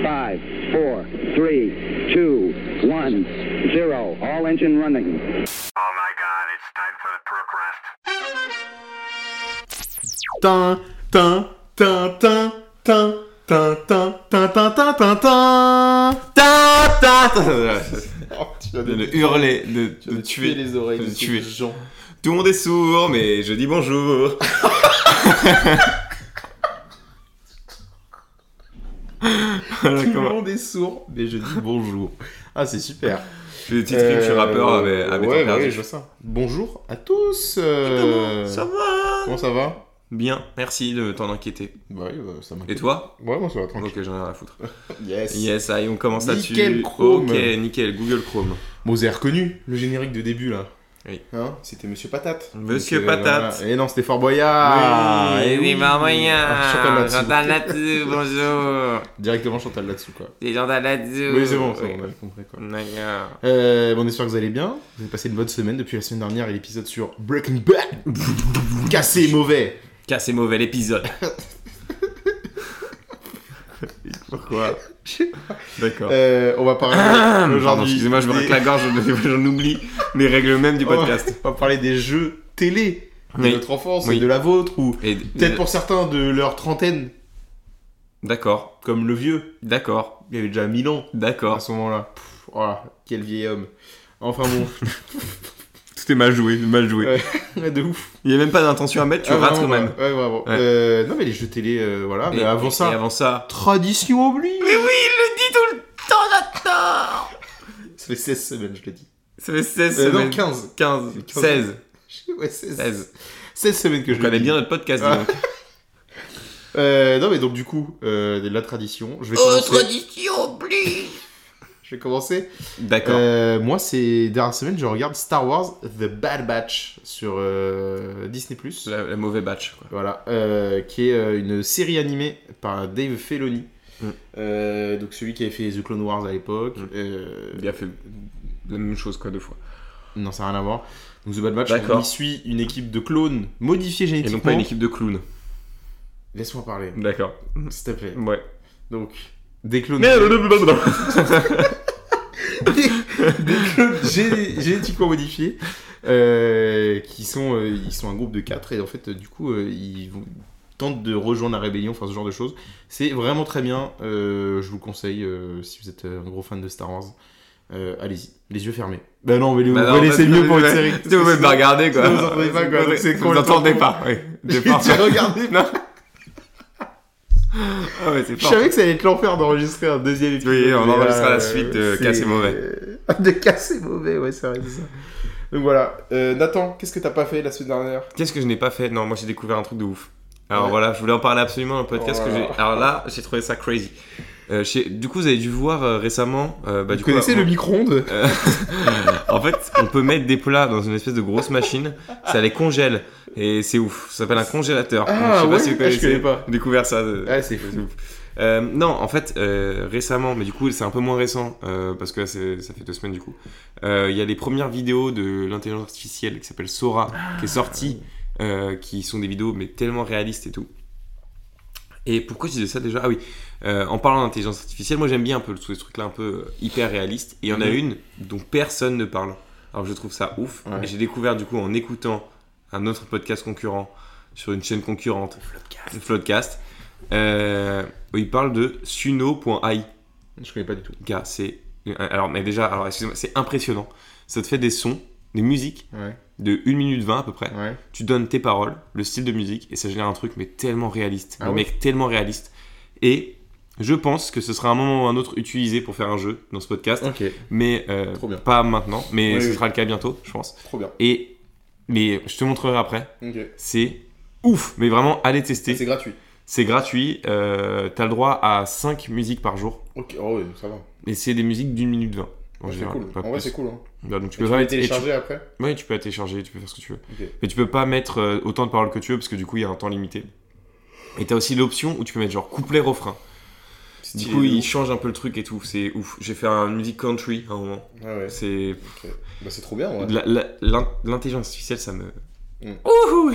Five, four, three, two, one, zero. All engine running. Oh my god, it's time for the perk rest. Tin, tin, tin, tin, tin, tin, tin, tin, tin, tin, tin, tin. Ta, ta, ta. Oh, tu vas De nous- le hurler, de, tu vas de nous tuer. les oreilles de de tuer. ces gens. Tout le monde est sourd, mais je dis bonjour. Voilà Tout le comment- monde est sourd, mais je dis bonjour. Ah, c'est super. Euh, Je fais des petites rimes, je suis rappeur à mes, à mes ouais, temps perdus. ouais, je vois ça. Bonjour à tous. euh, Ça va Comment ça va Bien, merci de t'en inquiéter. Bah oui, bah, ça m'inquiète. Et toi Ouais, moi ça va tranquille. Ok, j'en ai rien à foutre. Yes. Yes, allez, on commence là-dessus. Nickel Chrome. Ok, nickel, Google Chrome. Bon, vous avez reconnu le générique de début là Oui. Hein C'était Monsieur Patate. Monsieur Donc, Patate. voilà. Et non, c'était Fort Boyard. Eh Ah, Chantal là-dessous. Latou, bonjour. Directement Chantal là-dessous quoi. C'est Chantal Latou. Oui, c'est bon, c'est bon, Euh, on avait compris quoi. Euh, bon, on espère que vous allez bien. Vous avez passé une bonne semaine depuis la semaine dernière et l'épisode sur Breaking Bad. Cassé et mauvais. Car c'est mauvais l'épisode. Pourquoi D'accord. Euh, On va Ah, parler Pardon, aujourd'hui. excusez-moi, je me des- racle la gorge, je- j'en oublie les règles mêmes du On va- podcast. On va parler des jeux télé de Oui. notre enfance Oui. et de la vôtre ou Et- euh, peut-être pour certains de leur trentaine, D'accord, comme le vieux. d'accord, Il avait déjà 1000 ans à d'accord. ce moment-là. Pff, oh, quel vieil homme. Enfin bon, Tout est mal joué, mal joué. Ouais. ouais, de ouf. Il n'y a même pas d'intention à mettre, tu Ah, rates vraiment, quand même. Ouais, ouais, vraiment. Ouais. Euh, non mais les jeux télé, euh, voilà. mais Et- avant et- ça, et avant ça. tradition oblige. Mais oui, il le dit tout le temps, j'adore Ça fait 16 semaines, je le dis. Ça fait 16 Euh, non, semaines. 15. 15, 15. 16, Ouais, 16. 16. 16 semaines que Je je le connais dis. bien notre podcast, dis Ah. donc. Euh, non mais donc du coup, euh, de la tradition, je vais Oh, commencer. Oh, tradition, please Je vais commencer. D'accord. Euh, moi, ces dernières semaines, je regarde Star Wars The Bad Batch sur euh, Disney+. La, la mauvaise batch, quoi. Voilà, euh, qui est euh, une série animée par Dave Filoni. Mm. Euh, donc celui qui avait fait The Clone Wars à l'époque. Mm. Euh, Il a fait la même chose, quoi, deux fois. non, ça n'a rien à voir. Donc The Bad Batch, D'accord. on y suit une équipe de clones modifiés Et génétiquement. donc pas une équipe Mm. de clowns. Laisse-moi parler, D'accord. s'il te plaît. Ouais. Donc, des clones... D'accord. des des clones gé- génétiquement modifiés euh, qui sont euh, ils sont un groupe de quatre et en fait euh, du coup euh, ils vont- tentent de rejoindre la rébellion enfin ce genre de choses c'est vraiment très bien euh, je vous le conseille euh, si vous êtes euh, un gros fan de Star Wars Euh, allez-y les yeux fermés bah non mais les, Bah on non, va en laisser fait, le mieux vous pour une pouvez- série Vous pouvez pas regarder, quoi. Vous entendez pas, quoi, Ah donc c'est Vous complètement entendez con. pas, oui. J'ai Départ. regardé Non. Ah ouais, c'est je fort. savais que ça allait être l'enfer d'enregistrer un deuxième épisode. Oui, on mais enregistrera là, la suite de c'est- Cassé Mauvais. de Cassé Mauvais, ouais, c'est vrai, c'est ça. Donc voilà. Euh, Nathan, qu'est-ce que t'as pas fait la semaine dernière Qu'est-ce que je n'ai pas fait Non, moi j'ai découvert un truc de ouf. Alors Ouais. voilà, je voulais en parler absolument un podcast Oh que là j'ai. là. Alors là, j'ai trouvé ça crazy. Euh, je sais- Du coup, vous avez dû voir euh, récemment. euh, bah, Vous du coup, connaissez euh, le micro-ondes Euh, en fait, on peut mettre des plats dans une espèce de grosse machine, ça les congèle et c'est ouf. Ça s'appelle un congélateur. Donc, je sais pas si vous ah, je connaissez. connais pas. J'ai Découvert ça. euh, Ah, c'est c'est fou. ouf. Euh, non, en fait, euh, récemment, mais du coup, c'est un peu moins récent euh, parce que là, c'est- ça fait deux semaines du coup. euh, Il y a les premières vidéos de l'intelligence artificielle qui s'appelle Sora qui est sortie, Ah, euh, qui sont des vidéos mais tellement réalistes et tout. Et pourquoi je disais ça déjà Ah oui, euh, en parlant d'intelligence artificielle, moi j'aime bien un peu tous ces trucs-là un peu euh, hyper réalistes. Et il y en a Mhm. une dont personne ne parle. Alors je trouve ça ouf. Ouais. Et j'ai découvert du coup en écoutant un autre podcast concurrent sur une chaîne concurrente, Floodcast. euh, où il parle de suno.ai. Je connais pas du tout. Gars, c'est. euh, Alors, mais déjà, alors excusez-moi, c'est impressionnant. Ça te fait des sons, des musiques Ouais, de 1 minute 20 à peu près ouais. tu donnes tes paroles, le style de musique, et ça génère un truc, mais tellement réaliste. Ah un ouais mec tellement réaliste. Et je pense que ce sera un moment ou un autre utilisé pour faire un jeu dans ce podcast, Ok, mais euh, Trop bien. pas maintenant, mais Oui, ce oui. sera le cas bientôt, je pense. trop bien. Et mais je te montrerai après. Ok. C'est ouf, mais vraiment, allez Et tester. C'est gratuit. C'est gratuit, euh, t'as le droit à 5 musiques par jour, Ok, oh ouais, ça va. et c'est des musiques d'une minute 20. Ouais, c'est cool. En vrai, c'est cool. hein. cool. Bah, Donc tu Et peux tu pas peux les mettre- et tu- télécharger après Ouais, tu peux la télécharger, tu peux faire ce que tu veux. Ok. Mais tu peux pas mettre euh, autant de paroles que tu veux parce que du coup, il y a un temps limité. Et t'as aussi l'option où tu peux mettre genre couplet refrain. Du Stylé coup, de il ouf. change un peu le truc et tout, c'est ouf. J'ai fait une musique country à un moment. Ah ouais. C'est Bah, c'est trop bien, ouais. la- la- l'in- l'intelligence artificielle, ça me Mm. Ouhou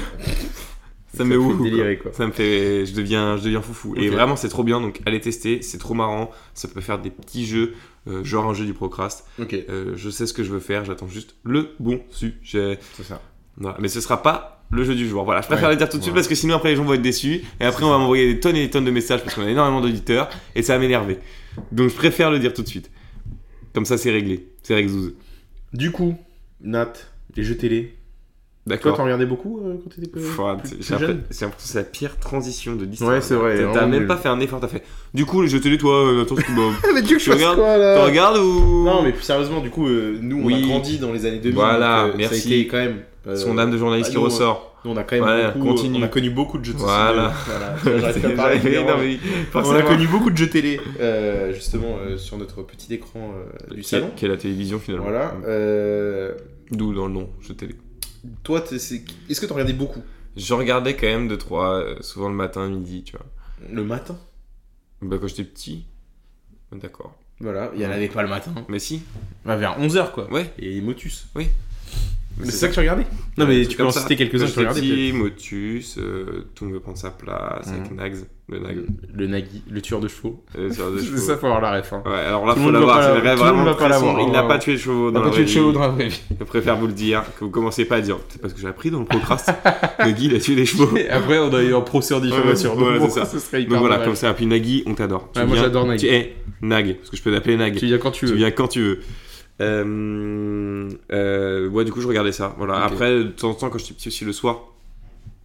Ça me met fait wouhou, délirer, quoi. Ça me fait, je deviens, je deviens foufou. Et Ok. vraiment, c'est trop bien. Donc, allez tester, c'est trop marrant. Ça peut faire des petits jeux, euh, genre un jeu du Procrast. Ok, Euh, je sais ce que je veux faire. J'attends juste le bon sujet. c'est ça. Voilà. Mais ce sera pas le jeu du jour. Voilà. Je préfère Ouais, le dire tout de suite voilà. parce que sinon après les gens vont être déçus. Et après, on va m'envoyer des tonnes et des tonnes de messages parce qu'on a énormément d'auditeurs et ça va m'énerver. Donc, je préfère le dire tout de suite. Comme ça, c'est réglé. C'est réglé. Du coup, Nat, les jeux télé. Toi, D'accord. t'en regardais beaucoup euh, quand t'étais plus, plus- Pff, j'ai plus l'impression- jeune J'ai l'impression que c'est la pire transition de l'histoire. Ouais, c'est vrai. hein, T'as- T'as vraiment même nul. pas fait un effort, t'as fait. Du coup, les jeux télé, toi, euh, attends, tu, bah, Ah, mais tu veux que je Tu fasse regardes- quoi, là t'en regardes ou. Non, mais plus sérieusement, du coup, euh, nous, on Oui. a grandi dans les années 2000. Voilà, donc, euh, merci. Ça a été quand même. euh, Son âme de journaliste bah, qui nous, ressort. nous, on a quand même Voilà, beaucoup, euh, continue. on a connu beaucoup de jeux de société. Voilà. Voilà, tu vois, j'arrive C'est- pas à parler, j'avais- mais non, mais On a forcément. connu beaucoup de jeux télé, euh, justement, euh, sur notre petit écran euh, du Qui- salon. Qui est la télévision finalement. Voilà. euh, D'où dans le nom, jeu télé. toi, t'es- c'est- est-ce que t'en regardais beaucoup Je regardais quand même 2-3, souvent le matin, midi, tu vois. Le matin Bah, quand j'étais petit. D'accord. Voilà, il y en avait pas le matin. Mais si. Bah, vers 11h, quoi. Ouais. Et Motus. Mais C'est ça que tu regardais Non, Euh, mais tu peux en citer quelques-uns que tu J'étais regardais. petit, Motus, euh, Tout veut prendre sa place, avec Mhm. Nags, le Nag. peut-être. Le Nagui, le tueur de chevaux. euh, sur deux chevaux. Ça, faut avoir la ref. hein. Ouais, alors là, Tout le faut monde va l'avoir, pas c'est la- vrai, tout le monde vraiment va pas très sombre. l'avoir, Il n'a vraiment. pas tué les chevaux On dans a pas la tué vraie de chevaux vie. dans la vraie vie. Je préfère vous le dire, que vous commencez pas à dire, c'est parce que j'ai appris dans le procrast que Guy a tué les chevaux. Donc Et Après, on a eu un procès en diffamation. Ouais, ouais, donc, c'est ça. ce serait hyper voilà, dommage. comme ça. Puis Nagui, on t'adore. Tu Ouais, moi, viens- j'adore Nagui. Tu es Nag, parce que je peux t'appeler Nag. Tu Tu, viens quand tu veux. viens quand tu veux. Euh, euh, ouais, du coup, je regardais ça. Voilà. Ok. Après, de temps en temps, quand j'étais petit aussi le soir,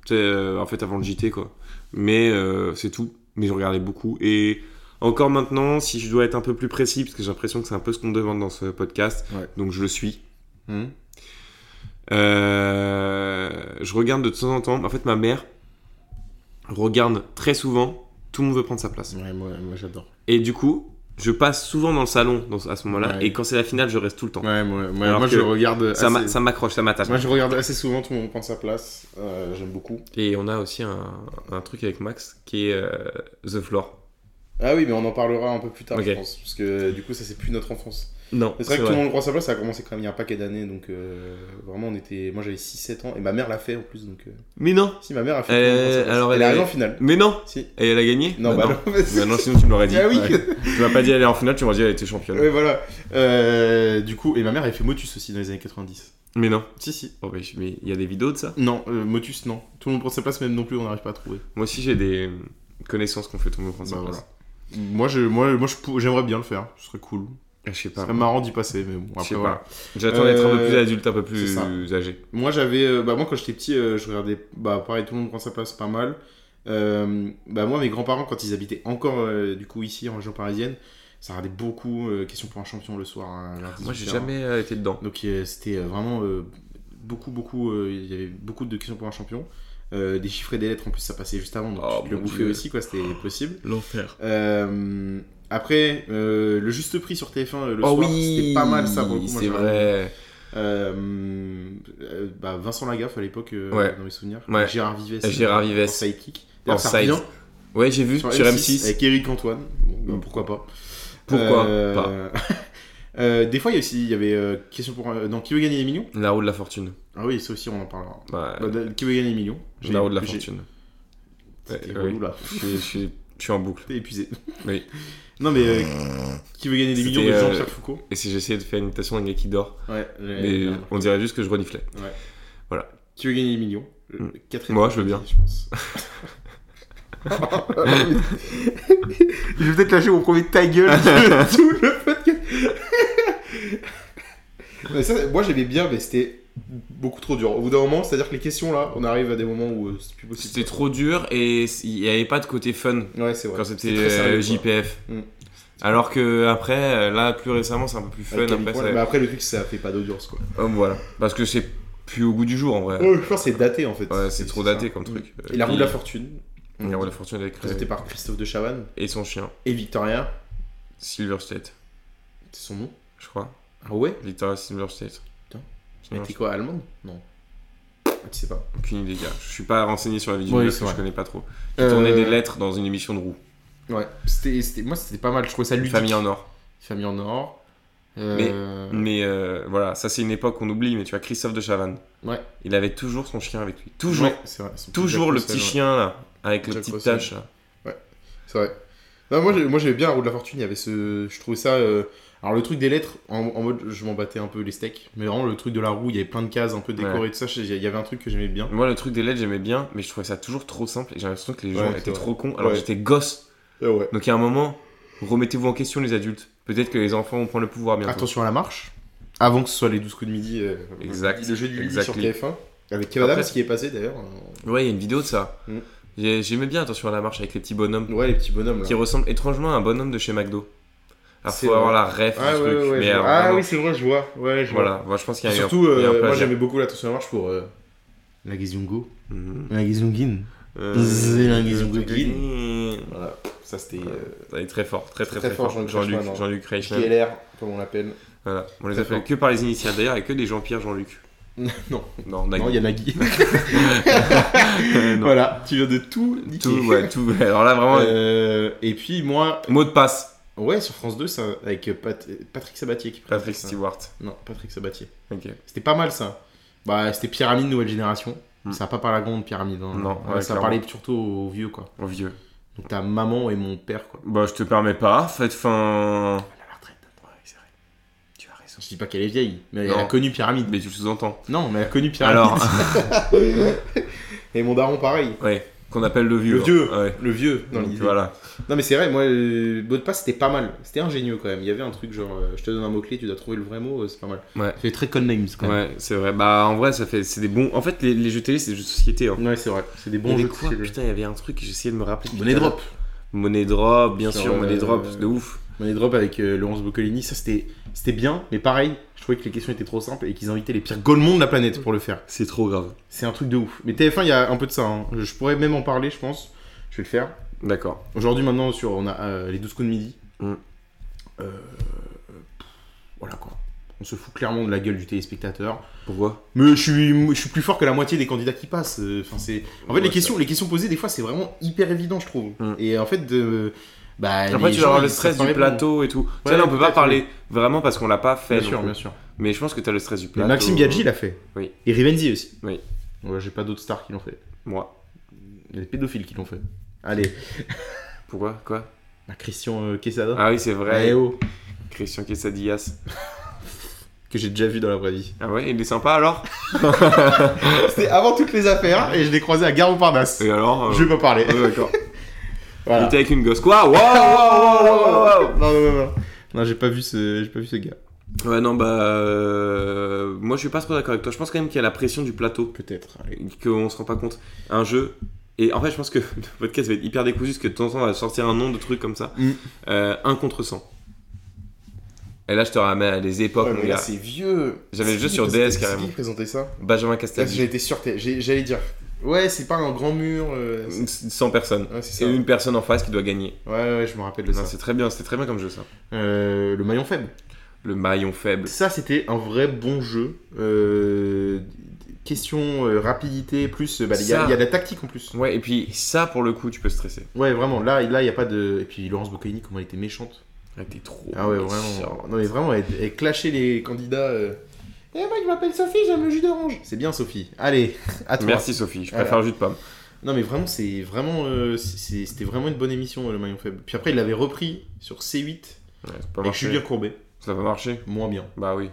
tu sais, euh, en fait, avant le JT, quoi. Mais euh, c'est tout. Mais je regardais beaucoup. Et encore maintenant, si je dois être un peu plus précis, parce que j'ai l'impression que c'est un peu ce qu'on demande dans ce podcast, Ouais. donc je le suis. Hmm. Euh, je regarde de temps en temps. En fait, ma mère regarde très souvent. Tout le monde veut prendre sa place. Ouais, moi, moi, j'adore. Et du coup, je passe souvent dans le salon dans, à ce moment-là. Ouais. Et quand c'est la finale, je reste tout le temps. Ouais, moi, moi, Alors moi, je que regarde. Ça m'a- assez- ça m'accroche, ça m'attache. Moi, je regarde assez souvent, tout le monde prend sa place. Euh, J'aime beaucoup. Et on a aussi un, un truc avec Max qui est euh, The Floor. Ah oui, mais on en parlera un peu plus tard, je Ok. pense. Parce que du coup, ça, c'est plus notre enfance. Non, C'est vrai que tout le monde prend sa place, ça a commencé quand même il y a un paquet d'années. Donc, euh, vraiment, on était. Moi, j'avais 6-7 ans. Et ma mère l'a fait en plus. Donc, euh, Mais non, si, ma mère a fait. Euh, tout le monde prend sa place. alors, elle, elle est est- arrivée en finale. mais non. Si. Et elle a gagné Non, bah, non. mais c'est- Bah non, sinon tu m'aurais dit. Ah oui Ouais. Tu m'as pas dit elle est en finale, tu m'aurais dit elle était championne. Ouais, voilà. Euh, du coup, et ma mère avait fait Motus aussi dans les années 90. Mais non. Si, si. Oh, mais je- mais il y a des vidéos de ça. Non, euh, Motus, non. Tout le monde prend sa place, même non plus, on n'arrive pas à trouver. Moi aussi, j'ai des connaissances qu'on fait tout le monde prendre sa Bah, place. voilà. Moi, je, moi, moi je pour- j'aimerais bien le faire. Ce serait cool. Ah, Je sais Ce pas. serait marrant d'y passer, mais bon, Je après, sais pas. voilà. J'attends d'être un peu Euh, plus adulte, un peu c'est ça. plus âgé. Moi, j'avais. euh, bah, moi, quand j'étais petit, euh, je regardais. Bah, pareil, tout le monde prend sa place pas mal. Euh, bah, moi, mes grands-parents, quand ils habitaient encore, euh, du coup, ici, en région parisienne, ça regardait beaucoup. euh, question pour un champion le soir. hein, vers Moi, j'ai 18h. jamais euh, été dedans. Donc euh, c'était euh, vraiment euh, beaucoup, beaucoup. euh, Il y avait beaucoup de questions pour un champion. Euh, des chiffres et des lettres en plus, ça passait juste avant. Donc Oh, tu te le mon bouffais Dieu. aussi, quoi, c'était possible. L'enfer. Euh, après, euh, le juste prix sur TF1 euh, le Oh soir, oui c'était pas mal ça pour le coup. moi, C'est je- vrai. Euh, euh, bah, Vincent Lagaffe à l'époque, euh, Ouais. dans mes souvenirs. Ouais. Gérard Vives. Et Gérard Vives. En sidekick. En D'ailleurs, ça side. revient Ouais, j'ai vu sur M6. Avec Eric Antoine. Bon, bah, pourquoi pas Pourquoi Euh, euh, des fois, il y a aussi, il y avait euh, question pour euh, non, qui veut gagner des millions La roue de la fortune. Ah oui, ça aussi, on en parlera. Ouais. Bah, de- qui veut gagner des millions J'ai- La roue de la j'ai- fortune. C'était Ouais, relou, oui. là. Je suis- je suis je suis en boucle. T'es épuisé. Oui. non, mais euh, qui veut gagner des millions de C'était, euh, Jean-Pierre Foucault Et si j'essayais de faire une imitation d'un gars qui dort, Ouais. mais euh, on dirait juste que je reniflais. Qui veut gagner des millions Euh, Mm. Catherine Moi, je veux bien. Deneuve, Je pense. je vais peut-être lâcher mon premier ta gueule de tout le podcast. Mais ça, moi j'aimais bien, mais c'était beaucoup trop dur. Au bout d'un moment, c'est-à-dire que les questions là, on arrive à des moments où euh, c'est plus possible. C'était trop dur et c- il n'y avait pas de côté fun Ouais, c'est vrai. quand C'était c'était très sérieux, euh, quoi. JPF. Mm. Alors que après, euh, là, plus récemment, c'est un peu plus fun. Avec Camille Après, Poil, ça- mais après, le truc, ça fait pas d'audience quoi. Oh, voilà. Parce que c'est plus au goût du jour en vrai. Ouais, je pense que c'est daté en fait. Ouais, c'est trop daté ça. comme truc. Et la roue de la fortune. La roue de la fortune avec euh, Présenté par Christophe de Chavannes et son chien, et Victoria. Silverstate, C'est son nom je crois. Ah ouais Victoria Silverstate. Putain. Elle Silver- était quoi, allemande Non. Ah, tu sais pas. Aucune idée, gars. Je suis pas renseigné sur la vie du Oui, jeu, c'est parce que vrai. je connais pas trop. Euh, Tourner des lettres dans une émission de roue. Ouais. C'était, c'était- moi, c'était pas mal. Je trouvais ça ludique. Famille en or. Famille en or. Euh, Mais euh, voilà, ça c'est une époque qu'on oublie, mais tu vois, Christophe de Chavannes, Ouais. il avait toujours son chien avec lui. Toujours. Ouais, c'est vrai. C'est Toujours le Jack petit Russell, ouais. chien là, avec les Jack petites Russell. taches là. C'est vrai. Non, moi, j'ai- moi, j'aimais bien la roue de la fortune. Il y avait ce. Je trouvais ça. euh, Alors, le truc des lettres, en, en mode, je m'en battais un peu les steaks. Mais vraiment, le truc de la roue, il y avait plein de cases un peu décorées, Ouais. tout ça. je- Il y avait un truc que j'aimais bien. Moi, le truc des LED, j'aimais bien, mais je trouvais ça toujours trop simple et j'ai l'impression que les gens Ouais, c'est étaient vrai. trop cons. Alors Ouais. j'étais gosse. Euh, ouais. Donc à un moment, remettez-vous en question les adultes. Peut-être que les enfants vont prendre le pouvoir bientôt. Attention à la marche. Avant que ce soit les 12 coups de midi. euh, Exact. Le jeu du midi Exactly. sur TF1. Avec Kevadam, Après- ce qui est passé d'ailleurs. euh, Ouais, il y a une vidéo de ça. Mm. J'ai- J'aimais bien Attention à la marche avec les petits bonhommes Ouais, les petits bonhommes là. qui ressemblent étrangement à un bonhomme de chez McDo. Alors C'est faut avoir vrai. la ref Ah, du ouais, truc. ouais, ouais, mais je alors, vois. Ah vraiment, oui, c'est vrai, je vois. Ouais, je vois. voilà. Moi, je pense qu'il y a eu un- Surtout, il y a eu un euh, moi plagiat. j'aimais beaucoup l'attention à la marche pour. euh, La Gizungo. Mhm. La Gizungin. Euh, Zé, la Gizungo Guin. Voilà. Ça c'était. Ouais. euh, Ça est très fort, très très Très très, fort, fort. Jean-Luc Jean-Luc Reichmann, hein. Jean-Luc Reichmann. JLR, comme on l'appelle. Voilà. On les Très appelle fort. que par les initiales d'ailleurs et que des Jean-Pierre, Jean-Luc. non, Non, non, il Nagui. y a Nagui. Euh, non. voilà, tu viens de tout niquer. Tout, ouais, tout. Alors là, vraiment, Euh, et puis moi, mot de passe. ouais, sur France 2, ça, avec euh, Pat- Patrick Sabatier qui présentait Patrick ça. Stewart. Non, Patrick Sabatier. Ok. C'était pas mal ça. Bah, c'était Pyramide Nouvelle Génération. Hmm. Ça a pas parlé à la grande pyramide. hein. Non, Ouais, ouais, ça clairement. parlait surtout aux vieux quoi. Oh vieux. Donc ta maman et mon père quoi. Bah, je te permets pas. Faites fin. La retraite. c'est vrai. Tu as raison. Je dis pas qu'elle est vieille, mais elle Non. a connu Pyramide. Mais tu le sous-entends. Non, mais elle a connu Pyramide. Alors, et mon daron pareil. ouais, qu'on appelle le vieux. Le vieux. Ouais. Le vieux dans Donc, l'idée. voilà. Non mais c'est vrai, moi, le mot de passe c'était pas mal. C'était ingénieux quand même. Il y avait un truc genre, euh, je te donne un mot-clé, tu dois trouver le vrai mot, euh, c'est pas mal. Ouais. C'est très code names quand même. Ouais, c'est vrai. Bah, en vrai, ça fait. C'est des bons. En fait, les, les jeux télé, c'est des jeux de société. Hein. Ouais, c'est vrai. C'est des Il y bons avait jeux. quoi de société. Putain, il y avait un truc, j'essayais de me rappeler. Money Drop. Money Drop, bien Sur, sûr, Money euh, Drop, de ouf. Money Drop avec euh, Laurence Boccolini, ça c'était c'était bien, mais pareil, je trouvais que les questions étaient trop simples et qu'ils invitaient les pires golemons de la planète pour le faire. C'est trop grave. C'est un truc de ouf. Mais TF1, il y a un peu de ça. hein. Je pourrais même en parler, je pense. Je vais le faire. D'accord. Aujourd'hui, maintenant, sur on a euh, les 12 coups de midi. Mm. Euh, pff, voilà quoi. On se fout clairement de la gueule du téléspectateur. Pourquoi Mais je suis, je suis plus fort que la moitié des candidats qui passent. euh, Enfin, c'est. En fait, Ouais, les ça- questions, les questions posées des fois, c'est vraiment hyper évident, je trouve. Mm. Et en fait, de. Bah, Après, les tu gens, vas avoir le ils stress savent du pas répondre. plateau et tout. Tu sais, là, on peut peut-être, pas parler vraiment parce qu'on l'a pas Bien fait. non sûr, plus. bien sûr. Mais je pense que t'as le stress du Mais plateau. Maxime Biaggi l'a fait. Oui. Et Rivenzi aussi. Oui. Ouais, j'ai pas d'autres stars qui l'ont fait. Moi. Il y a des pédophiles qui l'ont fait. Allez, Pourquoi Quoi bah, Christian euh, Quesada. Ah oui, c'est vrai. Eh oh, Christian Quesadillas. que j'ai déjà vu dans la vraie vie. Ah ouais, il est sympa alors C'était avant toutes les affaires hein, et je l'ai croisé à Gare Montparnasse. Et alors euh, Je vais pas parler. ouais, d'accord. Il Voilà. était avec une gosse. Quoi Waouh waouh, waouh, waouh, waouh, Non, non, non, non. Non, j'ai pas vu ce, j'ai pas vu ce gars. waouh. Ouais, non, bah. euh, Moi, je suis pas trop d'accord avec toi. Je pense quand même qu'il y a la pression du plateau. Peut-être. allez. Qu'on se rend pas compte. Un jeu. Et en fait, je pense que le podcast va être hyper décousu parce que de temps en temps, on va sortir un nom de truc comme ça. Mm. Euh, un contre 100. Et là, je te ramène à des époques, Ouais, mon mais là, gars. c'est vieux. J'avais le jeu Qui sur présentait- DS carrément. c'est Qui présentait ça Benjamin Là, j'ai Castaldi. été sûr. t'es- j'ai- J'allais dire. Ouais, c'est pas un grand mur. euh, c'est- 100 personnes. ouais, c'est Et ça. une personne en face qui doit gagner. Ouais, ouais, je me rappelle de Non, ça. C'est très bien, c'était très bien comme jeu ça. Euh, le maillon faible. Le maillon faible. Ça, c'était un vrai bon jeu. Euh, question euh, rapidité plus. euh, bah, Il y, a Ça. il y a de la tactique en plus. Ouais, et puis ça pour le coup, tu peux stresser. Ouais, vraiment. Là, il là, y a pas de. Et puis Laurence Boccolini, comment elle était méchante. Ah, t'es trop. Ah ouais, chiant. vraiment. Non, mais vraiment, elle, elle clashait les candidats. euh, Eh, moi, je m'appelle Sophie, j'aime le jus d'orange. C'est bien, Sophie. Allez, à toi. Merci Sophie, je Voilà. préfère le jus de pomme. Non mais vraiment c'est vraiment euh, c'est- c'était vraiment une bonne émission euh, le maillon faible. Puis après il l'avait repris sur C8 Ouais, ça a pas avec marché. Julien Courbet, Ça va marché. moins bien. Bah oui.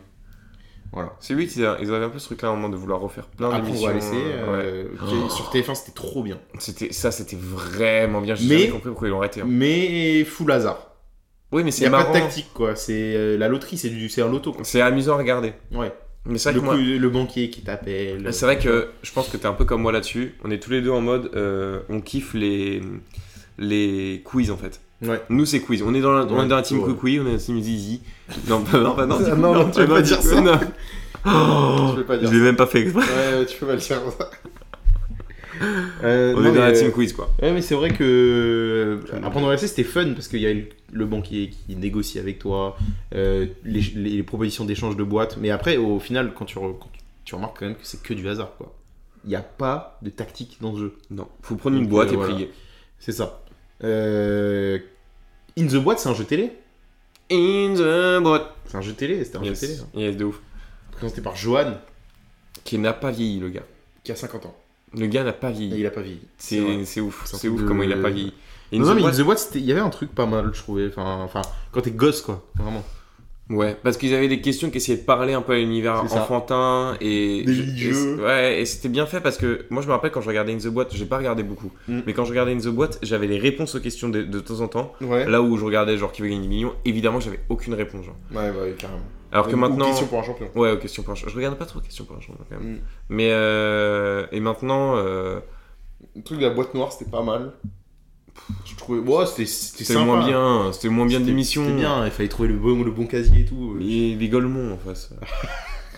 Voilà. Ah, C'est lui qui a- ils avaient un peu ce truc là en moment de vouloir refaire plein Après on d'émissions. va laisser euh, ouais. euh, ok, Oh. sur TF1 c'était trop bien. C'était ça c'était vraiment bien, j'ai Mais- jamais compris pourquoi ils l'ont arrêté. hein. Mais full hasard. Oui, mais Il y c'est a pas marrant. de tactique quoi, c'est euh, la loterie, c'est du c'est un loto quoi. C'est amusant à regarder. Ouais. Mais c'est vrai Le, que moi- coup- le banquier qui t'appelle. C'est vrai que je pense que t'es un peu comme moi là-dessus. On est tous les deux en mode, euh, on kiffe les les quiz en fait. Ouais. Nous c'est quiz. On est dans la, on Ouais, est dans la team ouais. Coucouille, on est dans la team Zizi. Non, pas- non, pas- non, Ah non, non, tu pas- peux pas dire ça. non. Oh. Tu peux pas dire je l'ai même pas fait exprès. Ouais, tu peux pas le faire. On est dans la team quiz quoi. Ouais, mais c'est vrai que euh, apprendre à rester c'était fun parce qu'il y avait le, le banquier qui négocie avec toi, euh, les, les- les propositions d'échange de boîtes. Mais après, au final, quand tu, re- quand tu- tu remarques quand même que c'est que du hasard, quoi. Il n'y a pas de tactique dans ce jeu. Non, faut prendre une Donc, boîte euh, et voilà. prier. C'est ça. Euh, In the Boîte, c'est un jeu télé. In the boat. C'est un jeu télé, c'était un Yes. jeu télé. hein. Yes, de ouf. Présenté par Johan, Qui n'a pas vieilli, le gars. qui a 50 ans. Le gars n'a pas Et vieilli. il a pas vieilli. C'est vrai. C'est c'est ouf. C'est un C'est truc ouf de- comment il a pas vieilli. Et Non, In non, the mais Boat- In The What, c'était- il y avait un truc pas mal, je trouvais. Enfin, enfin quand t'es gosse, quoi. Vraiment. Ouais, parce qu'ils avaient des questions qui essayaient de parler un peu à l'univers C'est ça. enfantin et, Des je- jeux. et- ouais, et c'était bien fait parce que moi je me rappelle quand je regardais In the Boîte, j'ai pas regardé beaucoup, Mm. mais quand je regardais In the Boîte, j'avais les réponses aux questions de, de temps en temps. Ouais. Là où je regardais genre qui veut gagner des millions, évidemment j'avais aucune réponse. genre. Ouais, bah ouais, carrément. Alors que Ou maintenant, Question pour un champion. ouais, aux questions pour un champion. Je regardais pas trop aux questions pour un champion quand même. Mm. Mais euh, et maintenant, euh, Le truc de la boîte noire, c'était pas mal. Je trouvais. Ouais, c'était c'était c'était sympa. moins bien, c'était moins bien C'était- d'émission. C'était bien, il fallait trouver le bon, le bon casier et tout. Les, les golemons en face,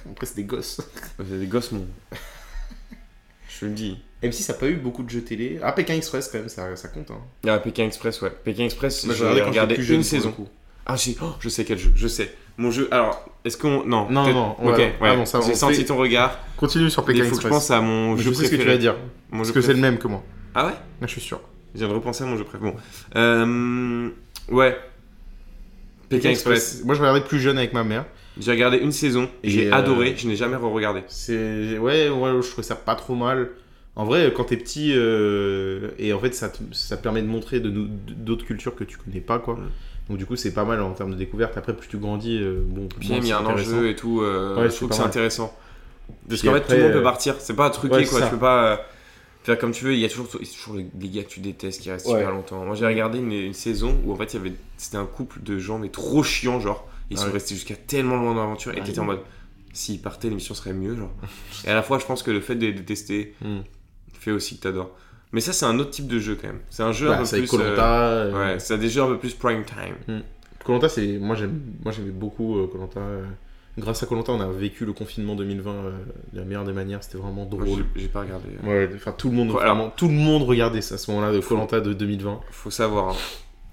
Après, c'était gosse. c'est des gossons. je te le dis. M6 a pas eu beaucoup de jeux télé. Ah, Pékin Express, quand même, ça, ça compte. Hein. Ah, Pékin Express, ouais. Pékin Express, Moi, j'ai regardais quand regardé j'étais plus jeune, une pour le saison. coup. Ah, j'ai... oh, je sais quel jeu, je sais. Mon jeu, alors, est-ce qu'on. Non, Non, peut-être- non, ok, ouais. ouais. Ah, bon, ça, on j'ai senti fait- ton regard. Continue sur Il Pékin faut que je Express. pense à mon Je, jeu sais ce préféré. que tu vas dire. Mon Parce jeu que c'est préféré. le même que moi. Ah ouais Là, je suis sûr. Je viens de repenser à mon jeu préféré. Bon. Euh, Ouais. Pékin Express. Moi, je regardais plus jeune avec ma mère. J'ai regardé une saison, Et j'ai euh, adoré, je n'ai jamais re-regardé. C'est ouais, ouais, je trouvais ça pas trop mal. En vrai, quand t'es petit euh, et en fait ça te, ça te permet de montrer de nou- d'autres cultures que tu connais pas quoi. Ouais. Donc du coup c'est pas mal en termes de découverte. Après plus tu grandis, euh, bon. Puis moins il y c'est a un intéressant. enjeu et tout, euh, Ouais, je c'est trouve pas que c'est mal. intéressant. Parce Puis qu'en fait, tout le après, monde peut euh, partir, c'est pas truqué ouais, c'est quoi, ça. tu peux pas euh, faire comme tu veux, il y a toujours, il y a toujours les les gars que tu détestes qui restent Ouais. super longtemps. Moi j'ai regardé une, une saison où en fait, il y avait, c'était un couple de gens mais trop chiants, genre, ils Ah sont ouais. restés jusqu'à tellement loin dans l'aventure et Ah, t'étais oui. en mode, s'ils partaient, l'émission serait mieux, genre. et à la fois, je pense que le fait de les détester Hmm. fait aussi que t'adores. Mais ça, c'est un autre type de jeu quand même. C'est un jeu Bah, un peu c'est avec plus. euh, Colanta. ouais, c'est des jeux un peu plus prime time. Colanta c'est moi j'aime moi j'aimais beaucoup Colanta. Grâce à Colanta on a vécu le confinement 2020 euh, de la meilleure des manières. C'était vraiment Moi, drôle. j'ai j'ai pas regardé. Ouais, enfin tout le monde Voilà. vraiment tout le monde regardait ça à ce moment-là de Colanta de 2020. faut savoir,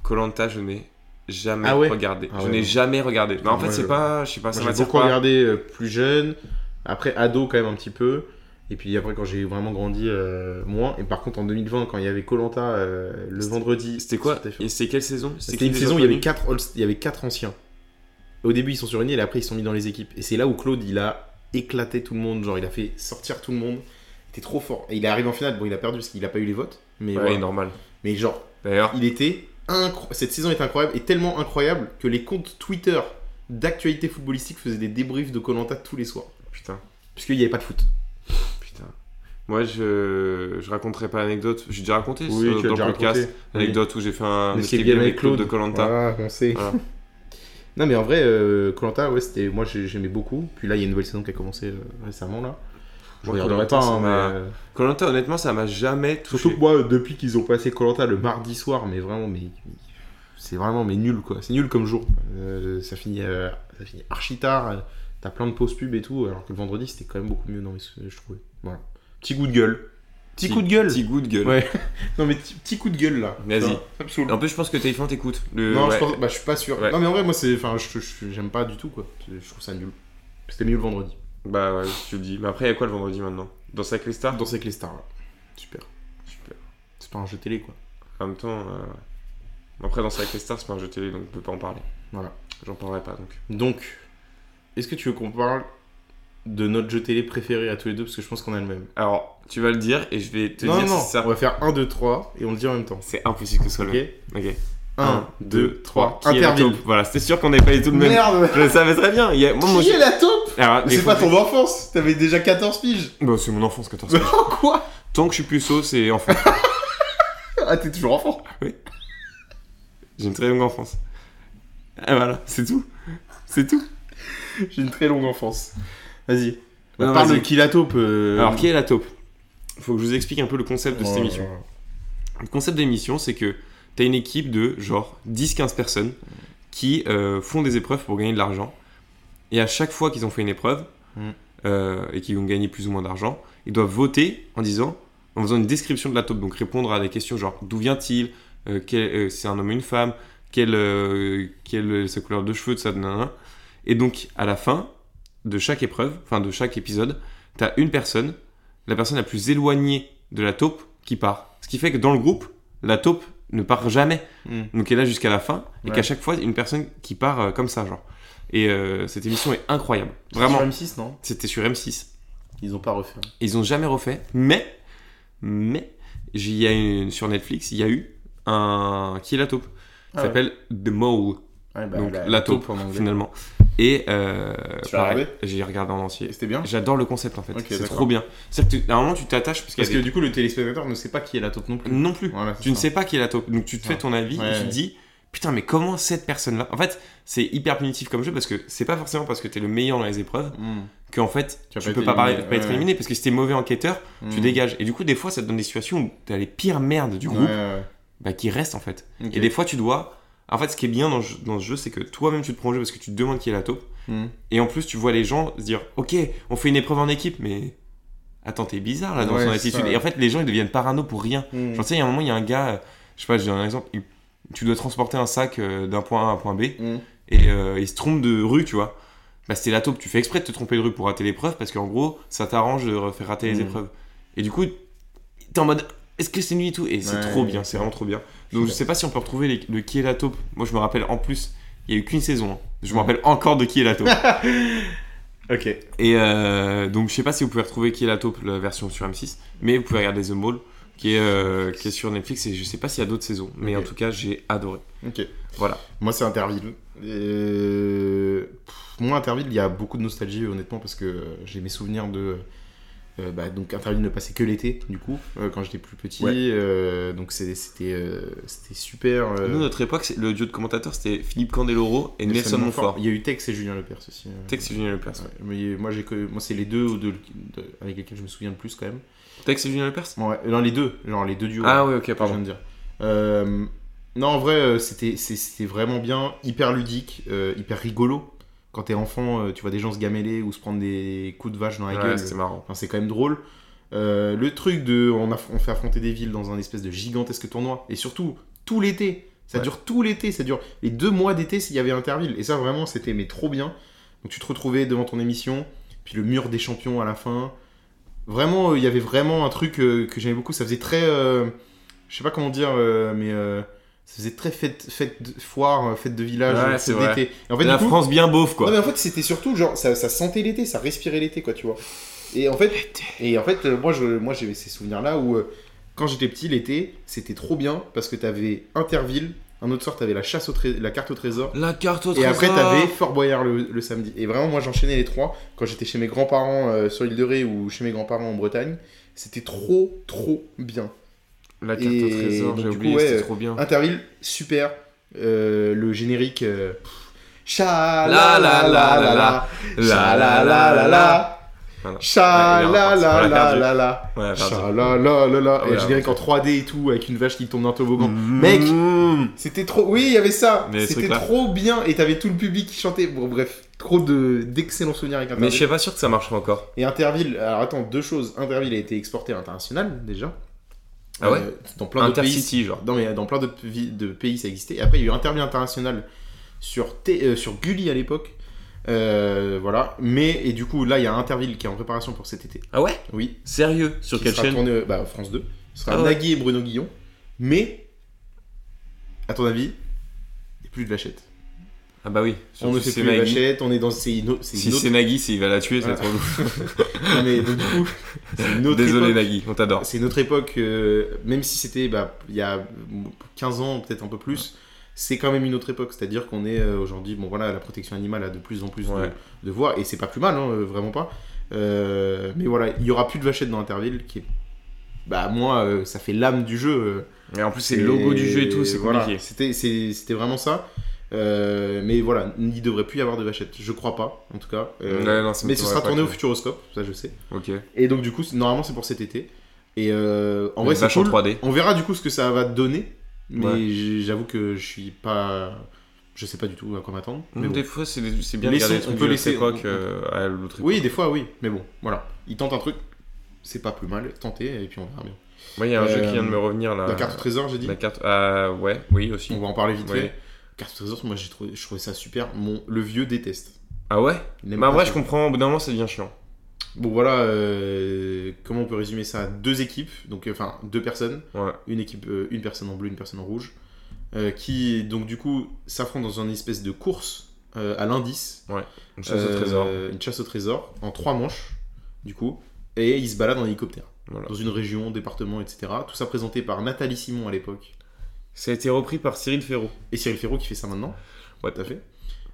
Colanta, je n'ai jamais Ah ouais regardé. Ah je ouais, n'ai non. jamais regardé. Mais en Moi, fait, c'est je- pas, je sais pas, ça Moi, j'ai m'attire beaucoup pas. regardé euh, plus jeune, après ado quand même un petit peu, et puis après quand j'ai vraiment grandi euh, moins. Et par contre en 2020 quand il y avait Colanta euh, le C'était- vendredi, C'était quoi sur TF1. Et c'était quelle saison C'était qui une les saison où il y avait inconnus quatre all- il y avait quatre anciens. Au début ils sont sur une île, et après ils sont mis dans les équipes. Et c'est là où Claude il a éclaté tout le monde, genre il a fait sortir tout le monde. Il était trop fort. Et il est arrivé en finale, bon il a perdu parce qu'il a pas eu les votes, mais Ouais, voilà. normal. Mais genre D'ailleurs, il était incro- cette saison est incroyable et tellement incroyable que les comptes Twitter d'actualité footballistique faisaient des débriefs de Colanta tous les soirs putain, parce qu'il n'y avait pas de foot. putain. Moi, je, je raconterai pas l'anecdote. J'ai déjà raconté sur- dans le podcast. podcast L'anecdote où j'ai fait un Le escape skate game avec Claude. de Colanta. Ah, on sait. Voilà. non mais en vrai euh, Colanta ouais c'était moi j'ai- j'aimais beaucoup puis là il y a une nouvelle saison qui a commencé euh, récemment là. Je Ouais, regarderai Koh-Lanta, pas ça hein, m'a- mais, euh, Colanta, honnêtement, ça m'a jamais touché. surtout que moi depuis qu'ils ont passé Colanta le mardi soir mais vraiment mais mais- c'est vraiment mais nul quoi. C'est nul comme jour. Euh, ça finit euh, ça finit archi tard. euh, T'as plein de pauses pub et tout, alors que le vendredi c'était quand même beaucoup mieux, non, mais je trouvais. Voilà. Petit coup de gueule. Petit, coup de gueule Petit coup de gueule. Ouais. Non, mais petit petit coup de gueule là. Vas-y. Putain, ça me saoule. En plus, je pense que Téléphone t'écoute. Le... non, ouais. je, pense- bah, je suis pas sûr. Ouais. Non, mais en vrai, moi, c'est. Enfin, je- je- j'aime pas du tout quoi. Je je trouve ça nul. C'était mieux le vendredi. Bah ouais, tu le dis. Mais après, il y a quoi le vendredi maintenant Dans Sacré Star Danser avec les stars là. Super. Super. C'est pas un jeu télé quoi. En même temps, euh, après dans Sacré Star, c'est pas un jeu télé, donc on peut pas en parler. Voilà. J'en parlerai pas donc. Donc, est-ce que tu veux qu'on parle de notre jeu télé préféré à tous les deux Parce que je pense qu'on a le même. Alors, tu vas le dire et je vais te non, dire non, si ça. on va faire 1, 2, 3 et on le dit en même temps. C'est impossible que ce soit le Ok même. Ok. Un, Un, deux, deux, trois. trois. Qui est la Interville. taupe Voilà, c'était sûr qu'on n'avait pas du tout le même. Merde Je le savais très bien. Il y a... Moi, moi, Qui je- est la taupe Alors, Mais les C'est pas photos- ton enfance T'avais déjà 14 piges Bah, c'est mon enfance 14 Mais piges. quoi Tant que je suis puceau, c'est enfant. Ah, t'es toujours enfant J'ai une très longue enfance. Ah voilà, c'est tout. C'est tout. J'ai une très longue enfance. Vas-y. On Non, parle vas-y. de qui la taupe euh, Alors, qui est la taupe Faut que je vous explique un peu le concept de cette euh, émission. Le concept d'émission, c'est que tu as une équipe de genre 10-15 personnes qui euh, font des épreuves pour gagner de l'argent. Et à chaque fois qu'ils ont fait une épreuve Mm. euh, et qu'ils ont gagné plus ou moins d'argent, ils doivent voter en disant, en faisant une description de la taupe, donc répondre à des questions genre d'où vient-il, Euh, quel- euh, c'est un homme ou une femme, quelle, euh, quelle est sa couleur de cheveux, de ça, nanana. Et donc à la fin de chaque épreuve, enfin de chaque épisode, tu as une personne, la personne la plus éloignée de la taupe qui part. Ce qui fait que dans le groupe, la taupe ne part jamais. Mm. Donc elle est là jusqu'à la fin et Ouais. qu'à chaque fois une personne qui part euh, comme ça genre. Et euh, cette émission est incroyable, vraiment. Sur M6, non C'était sur M6. Ils ont pas refait. hein. Et Ils ont jamais refait, mais mais j'y- il y a une- sur Netflix, il y a eu un qui est la taupe. Ça Ah ouais. s'appelle The Mole, Ouais, bah, donc la, taupe, en anglais. finalement. Et euh, Tu l'as pareil, regardé j'ai regardé en entier. Et C'était bien J'adore le concept en fait, Ok, c'est d'accord. trop bien. C'est-à-dire que tu- à un moment tu t'attaches parce, qu'il Parce y que a du coup, le téléspectateur ne sait pas qui est la taupe non des- plus. non plus. Voilà, c'est Mm. Tu ne ça. sais pas qui est la taupe. Donc tu te C'est fais ça. ton avis Ah. Ouais, et tu ouais. te dis putain mais comment cette personne là En fait, c'est hyper punitif comme jeu parce que c'est pas forcément parce que t'es le meilleur dans les épreuves Mm. qu'en fait Tu tu, vas pas peux être pas, éliminé. pari- pas être Ouais. éliminé parce que si t'es mauvais enquêteur, tu Mm. dégages. Et du coup, des fois, ça te donne des situations où t'as les pires merdes du Ouais, groupe ouais, bah, qui restent en fait. ouais. Ok. Et des fois, tu dois. En fait, ce qui est bien dans, ce- dans ce jeu, c'est que toi-même tu te prends au jeu parce que tu te demandes qui est la taupe. Mm. Et en plus, tu vois les gens se dire Ok, on fait une épreuve en équipe, mais attends, t'es bizarre là dans Ouais, son c'est ça, attitude. ouais. Et en fait, les gens ils deviennent parano pour rien. Hmm. Mm. Genre, tu sais, il y a un moment, il y a un gars, euh, je sais pas, je donne un exemple, il- tu dois transporter un sac euh, d'un point A à un point B Mm. et euh, il se trompe de rue, tu vois. Bah, c'était la taupe, tu fais exprès de te tromper de rue pour rater l'épreuve parce qu'en gros, ça t'arrange de faire rater les Mm. épreuves. Et du coup, t'es en mode est-ce que c'est nul et tout Et c'est Ouais. trop bien, c'est vraiment trop bien. Donc, je sais pas si on peut retrouver les- le qui est la taupe. Moi, je me rappelle en plus, il y a eu qu'une saison. hein. Je me Mm. rappelle encore de qui est la taupe. Ok. Et euh, donc, je sais pas si vous pouvez retrouver qui est la taupe, la version sur M6, mais vous pouvez regarder The Mall, qui est, euh, qui est sur Netflix, et je sais pas s'il y a d'autres saisons, mais Ok. en tout cas, j'ai adoré. Ok. Voilà. Moi, c'est Interville. Euh, pff, Moi, Interville, il y a beaucoup de nostalgie, honnêtement, parce que euh, j'ai mes souvenirs de. euh, bah, donc, Interville ne passait que l'été, du coup, euh, quand j'étais plus petit. Ouais. euh, donc, c'est- c'était euh, c'était super. euh, Nous, notre époque, c'est- le duo de commentateurs, c'était Philippe Candeloro et Nelson, Montfort. Il y a eu Tex et Julien Lepers aussi. euh. Tex et Julien Lepers. Ouais, mais moi, j'ai que- moi c'est les deux ou deux- de- avec lesquels je me souviens le plus quand même. Tex et Julien Lepers Ouais, euh, non, les deux, genre les deux duos. Ah oui, ok, que je viens pardon. de dire. Euh, non, en vrai, euh, c'était c'est- c'était vraiment bien, hyper ludique, euh, hyper rigolo. Quand t'es enfant, euh, tu vois des gens se gameler ou se prendre des coups de vache dans la Ouais, gueule. euh, c'était marrant. Enfin, c'est quand même drôle. Euh, le truc de on, aff- on fait affronter des villes dans un espèce de gigantesque tournoi et surtout tout l'été ça Ouais. dure tout l'été ça dure les deux mois d'été s'il y avait Interville et ça vraiment c'était mais trop bien donc tu te retrouvais devant ton émission puis le mur des champions à la fin vraiment euh, il y avait vraiment un truc euh, que j'aimais beaucoup ça faisait très euh, je sais pas comment dire euh, mais euh, ça faisait très fête, fête de foire euh, fête de village Ouais, euh, c'est fête vrai. d'été Et en fait la du coup, France bien beauf, non quoi. mais en fait c'était surtout genre ça, ça sentait l'été, ça respirait l'été quoi tu vois. Et en fait et en fait euh, moi je moi j'avais ces souvenirs là où euh, quand j'étais petit l'été c'était trop bien parce que t'avais Interville, un autre soir t'avais la chasse au tré- la carte au trésor. La carte au Et trésor. après, t'avais Fort Boyard le, le samedi. Et vraiment, moi, j'enchaînais les trois. Quand j'étais chez mes grands-parents euh, sur l'île de Ré ou chez mes grands-parents en Bretagne, c'était trop, trop bien. La carte Et au trésor, donc, j'ai du oublié, coup, ouais, c'était euh, trop bien. Interville, super. Euh, le générique. euh, pff, Cha La la la la la. Cha la la la la. Voilà. Cha Ouais, il est la reparti la la pour la carte. la la. Ouais, Cha pardon. la la la la. Et Ouais, le générique en ouais. 3D et tout, avec une vache qui tombe dans un toboggan. Mmh. Mec, C'était trop. Oui, il y avait ça. Mais ce C'était truc-là. trop bien. Et t'avais tout le public qui chantait. Bon, bref, trop de d'excellents souvenirs avec Mais je Interville. suis pas sûr que ça marche encore. Et Interville, alors attends, deux choses. Interville a été exporté à l'international déjà. Ah ouais Euh, Dans plein d'autres pays. Intercity, genre. Non, mais dans plein d'autres vi- de pays, ça existait. Et après, il y a eu Interview International sur, T- euh, sur Gulli à l'époque. Euh, voilà. Mais, et du coup, là, il y a Interville qui est en préparation pour cet été. Ah ouais Oui. Sérieux Sur Qui quelle sera chaîne tourné, euh, bah, France 2. Ce sera Ah ouais. Nagui et Bruno Guillon. Mais, à ton avis, il n'y a plus de lachette. Ah bah oui. On ne Surtout fait si c'est plus de Nagui. lachette, on est dans. C'est une, autre- c'est Si une c'est autre. Nagui, c'est- il va la tuer, c'est Ah. trop lourd. mais donc, du coup, c'est une autre Désolé époque. Nagui, on t'adore. C'est notre époque, euh, même si c'était bah, il y a 15 ans, peut-être un peu plus, c'est quand même une autre époque. C'est-à-dire qu'on est euh, aujourd'hui, bon voilà, la protection animale a de plus en plus de- Ouais. de, voix, et c'est pas plus mal, hein, euh, vraiment pas. Euh, mais voilà, il y aura plus de vachettes dans Interville, qui est. Bah, moi, euh, ça fait l'âme du jeu. euh. Et en plus, Ah, c'est le logo du jeu et tout, c'est voilà, compliqué. C'était c'est- c'était vraiment ça. Euh, mais voilà, il ne devrait plus y avoir de vachettes. Je crois pas, en tout cas. Euh, Ouais, non, ça me mais ce paraît sera pas tourné au clair. Futuroscope, ça je sais. Ok. Et donc du coup, c'est- normalement c'est pour cet été. Et euh, en vrai Une c'est vache en cool. 3D. On verra du coup ce que ça va donner. Mais Ouais. j'ai- j'avoue que je suis pas, je sais pas du tout à quoi m'attendre. mais Même bon. des fois, c'est des- c'est bien de Laissons- garder des trucs on peut de laisser- l'époque euh, à l'autre époque. Oui, des fois oui, mais bon, voilà. Ils tentent un truc, c'est pas plus mal, tenter et puis on verra bien. Moi, il y a un jeu Euh, qui vient de me revenir là. La carte au trésor, j'ai dit. La carte. Ah ouais, oui aussi. On va en parler vite Ouais. fait. Carte au trésor, moi j'ai trouvé, je trouvais ça super. Mon le vieux déteste. Ah ouais Il n'aime Bah, en pas vrai, ça. je comprends, au bout d'un moment, ça devient chiant. Bon voilà, euh, comment on peut résumer ça Deux équipes, donc euh, enfin deux personnes, Ouais. une équipe, euh, une personne en bleu, une personne en rouge, euh, qui donc du coup s'affrontent dans une espèce de course euh, à l'indice, Une chasse au Euh, trésor. une chasse au trésor en trois manches, du coup, et ils se baladent en hélicoptère Voilà. dans une région, département, etc. Tout ça présenté par Nathalie Simon à l'époque Ça a été repris par Cyril Ferraud. et Cyril Ferraud qui fait ça maintenant. Ouais. tout à fait.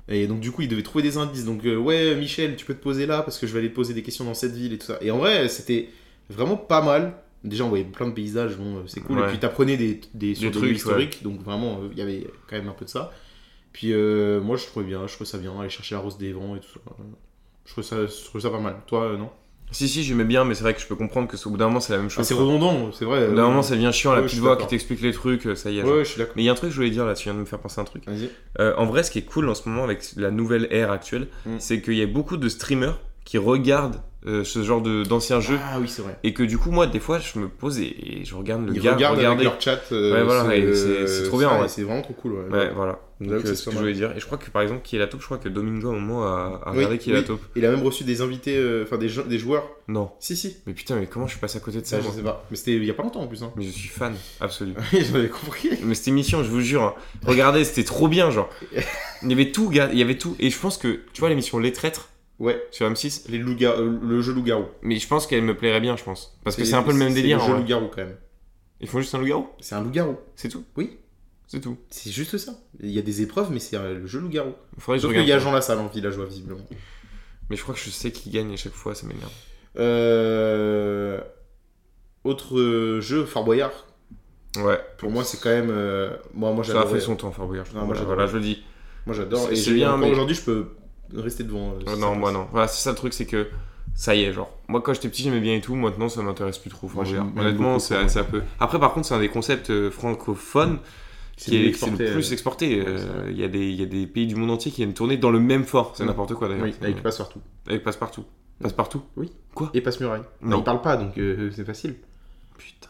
Et donc du coup, ils devaient trouver des indices. Donc euh, ouais, Michel, tu peux te poser là parce que je vais aller te poser des questions dans cette ville et tout ça. Et en vrai, c'était vraiment pas mal. Déjà, on voyait plein de paysages, bon, euh, c'est cool. Ouais. Et puis t'apprenais des, des, sur Des des trucs, lieux historiques, donc vraiment, euh, il y avait quand même un peu de ça. Puis euh, moi, je trouvais bien, je trouvais ça bien, aller chercher la rose des vents et tout ça. Je trouvais ça, je trouvais ça pas mal. Toi, euh, non Si, si, j'aimais bien, mais c'est vrai que je peux comprendre que au bout d'un moment, c'est la même Ah, chose. C'est redondant, c'est vrai. Au bout d'un moment, ça devient chiant, la Ouais, je petite suis voix qui d'accord. t'explique les trucs, euh, ça y est. Ouais, genre. ouais, je suis d'accord. Mais il y a un truc que je voulais dire là, tu viens de me faire penser à un truc. Vas-y. Euh, en vrai, ce qui est cool en ce moment avec la nouvelle ère actuelle, Mm. c'est qu'il y a beaucoup de streamers qui regardent euh, ce genre de- d'anciens jeux. Ah oui, c'est vrai. Et que du coup, moi, des fois, je me pose et, et je regarde le Ils gars regardent avec regarder. leur chat. euh, Ouais, voilà, ce- et c'est- c'est trop bien, ça, ouais. et C'est vraiment trop cool. ouais. Ouais, voilà. Donc, J'avoue que c'est euh, c'est ce que pas je mal. voulais dire. Et je crois que par exemple, qui est la taupe, je crois que Domingo, à un moment, a, a Oui, regardé qui est la oui. taupe. Il a même reçu des invités, euh, enfin des, gens- des joueurs. Non. Si, si. Mais putain, mais comment je suis passé à côté de ça, Ça, Bah, je moi sais pas. Mais c'était il y a pas longtemps en plus. Hein. Mais je suis fan, absolu. J'en avais compris. mais cette émission, je vous jure, hein, regardez, c'était trop bien, genre. Il y avait tout, gars, il y avait tout. Et je pense que, tu vois, l'émission Les Traîtres Ouais. sur M6, Les loups-gar- euh, le jeu loup-garou. mais je pense qu'elle me plairait bien, je pense. Parce que c'est un peu le même délire. C'est en le jeu vrai. loup-garou quand même. Ils font juste un loup-garou, C'est un loup-garou. c'est tout. Oui. C'est tout. C'est juste ça. Il y a des épreuves, mais c'est euh, le jeu loup-garou. Faudrait que je Sauf qu'il y a regarde. Jean Lassalle en villageois, visiblement. Mais je crois que je sais qui gagne à chaque fois, ça m'énerve. Euh... Autre euh, jeu, Fort Boyard. Ouais. Pour moi, c'est quand même. euh, Moi, moi Ça a fait j'adorais. son temps, Fort Boyard. je Non, trouve. moi, voilà, j'adore. je le dis. Moi, j'adore. C'est- Et c'est j'ai- bien, encore mais- aujourd'hui, je peux rester devant. euh, Ouais, si non, ça moi passe. non. Voilà, c'est ça le truc, c'est que ça y est, genre. Moi, quand j'étais petit, j'aimais bien et tout. Maintenant, ça m'intéresse plus trop. Fort Moi, j'aime- Boyard. j'aime Honnêtement, beaucoup, c'est ouais. c'est un peu. Après, par contre, c'est un des concepts euh, francophones C'est mieux qui est, qui est le exporté, plus euh, exporté. ouais, Euh, c'est vrai. Il y, a des- il y a des pays du monde entier qui viennent tourner dans le même fort. C'est Mm. n'importe quoi d'ailleurs. Oui, C'est- avec Mm. Passepartout. avec Passepartout. Passe-partout Et Passe-Muraille. Non. Ils parlent pas, donc euh, c'est facile. Putain,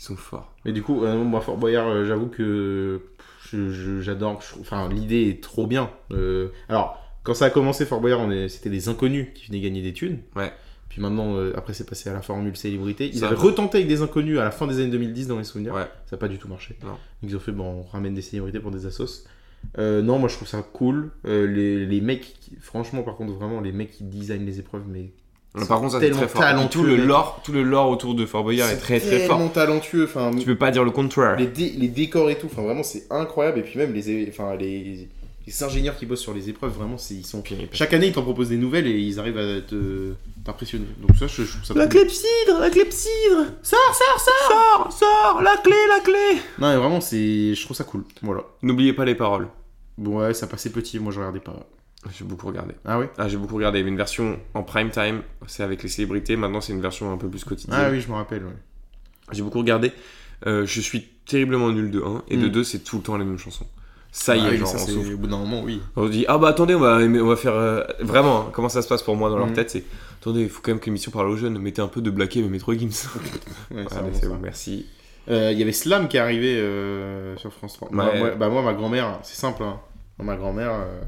ils sont forts. Mais du coup, euh, moi, Fort Boyard, euh, j'avoue que pff, je- je- j'adore. je trouve- Enfin, l'idée est trop bien. Euh, alors, quand ça a commencé, Fort Boyard, on est- c'était des inconnus qui venaient gagner des thunes. Ouais. Puis maintenant, euh, après, c'est passé à la formule célébrité. Ils Ça- avaient retenté avec des inconnus à la fin des années 2010 dans les souvenirs. Ouais. Ça n'a pas du tout marché. Non. Donc, ils ont fait, bon, on ramène des célébrités pour des assos. Euh, non, moi, je trouve ça cool. Euh, les, les mecs, qui- franchement, par contre, vraiment, les mecs qui designent les épreuves, mais Mais par contre, ça c'est tellement très fort. Et Tout le talentueux, lore, tout le lore autour de Fort Boyard est, très très tellement fort. talentueux. Enfin, Tu peux pas dire le contraire. les, dé- les décors et tout, enfin vraiment c'est incroyable. Et puis même les, é- enfin, les, les ingénieurs qui bossent sur les épreuves, vraiment c'est ils sont. Puis- Chaque année ils t'en proposent des nouvelles et ils arrivent à te t'impressionner. Donc ça je, je trouve ça. cool. clepsydre, la clepsydre Sors, sors, sors Sors, sors, la clé, la clé Non mais vraiment c'est, je trouve ça cool. Voilà. N'oubliez pas les paroles. Bon ouais ça passait petit, moi je regardais pas. J'ai beaucoup regardé. Ah ouais. Ah, j'ai beaucoup regardé. Il y avait une version en prime time, c'est avec les célébrités. Maintenant, c'est une version un peu plus quotidienne. Ah oui je me rappelle. Ouais. J'ai beaucoup regardé. Euh, je suis terriblement nul de 1 et de Mm. 2, deux c'est tout le temps les mêmes chansons. Ça y Ah est, oui, genre, ça, on c'est- souffle. au bout d'un moment oui. On se dit, ah bah attendez, on va, on va faire. euh, Vraiment, hein, comment ça se passe pour moi dans leur Mm. tête C'est attendez, il faut quand même que l'émission parle aux jeunes. Mettez un peu de blaqué, mais Metro Gims. Ouais, c'est Ah, mais vraiment c'est ça. bon, merci. Euh, Il y avait Slam qui est arrivé euh, sur France 3. Moi, Ouais. moi- bah, moi, ma grand-mère, c'est simple. hein. Moi, ma grand-mère, euh,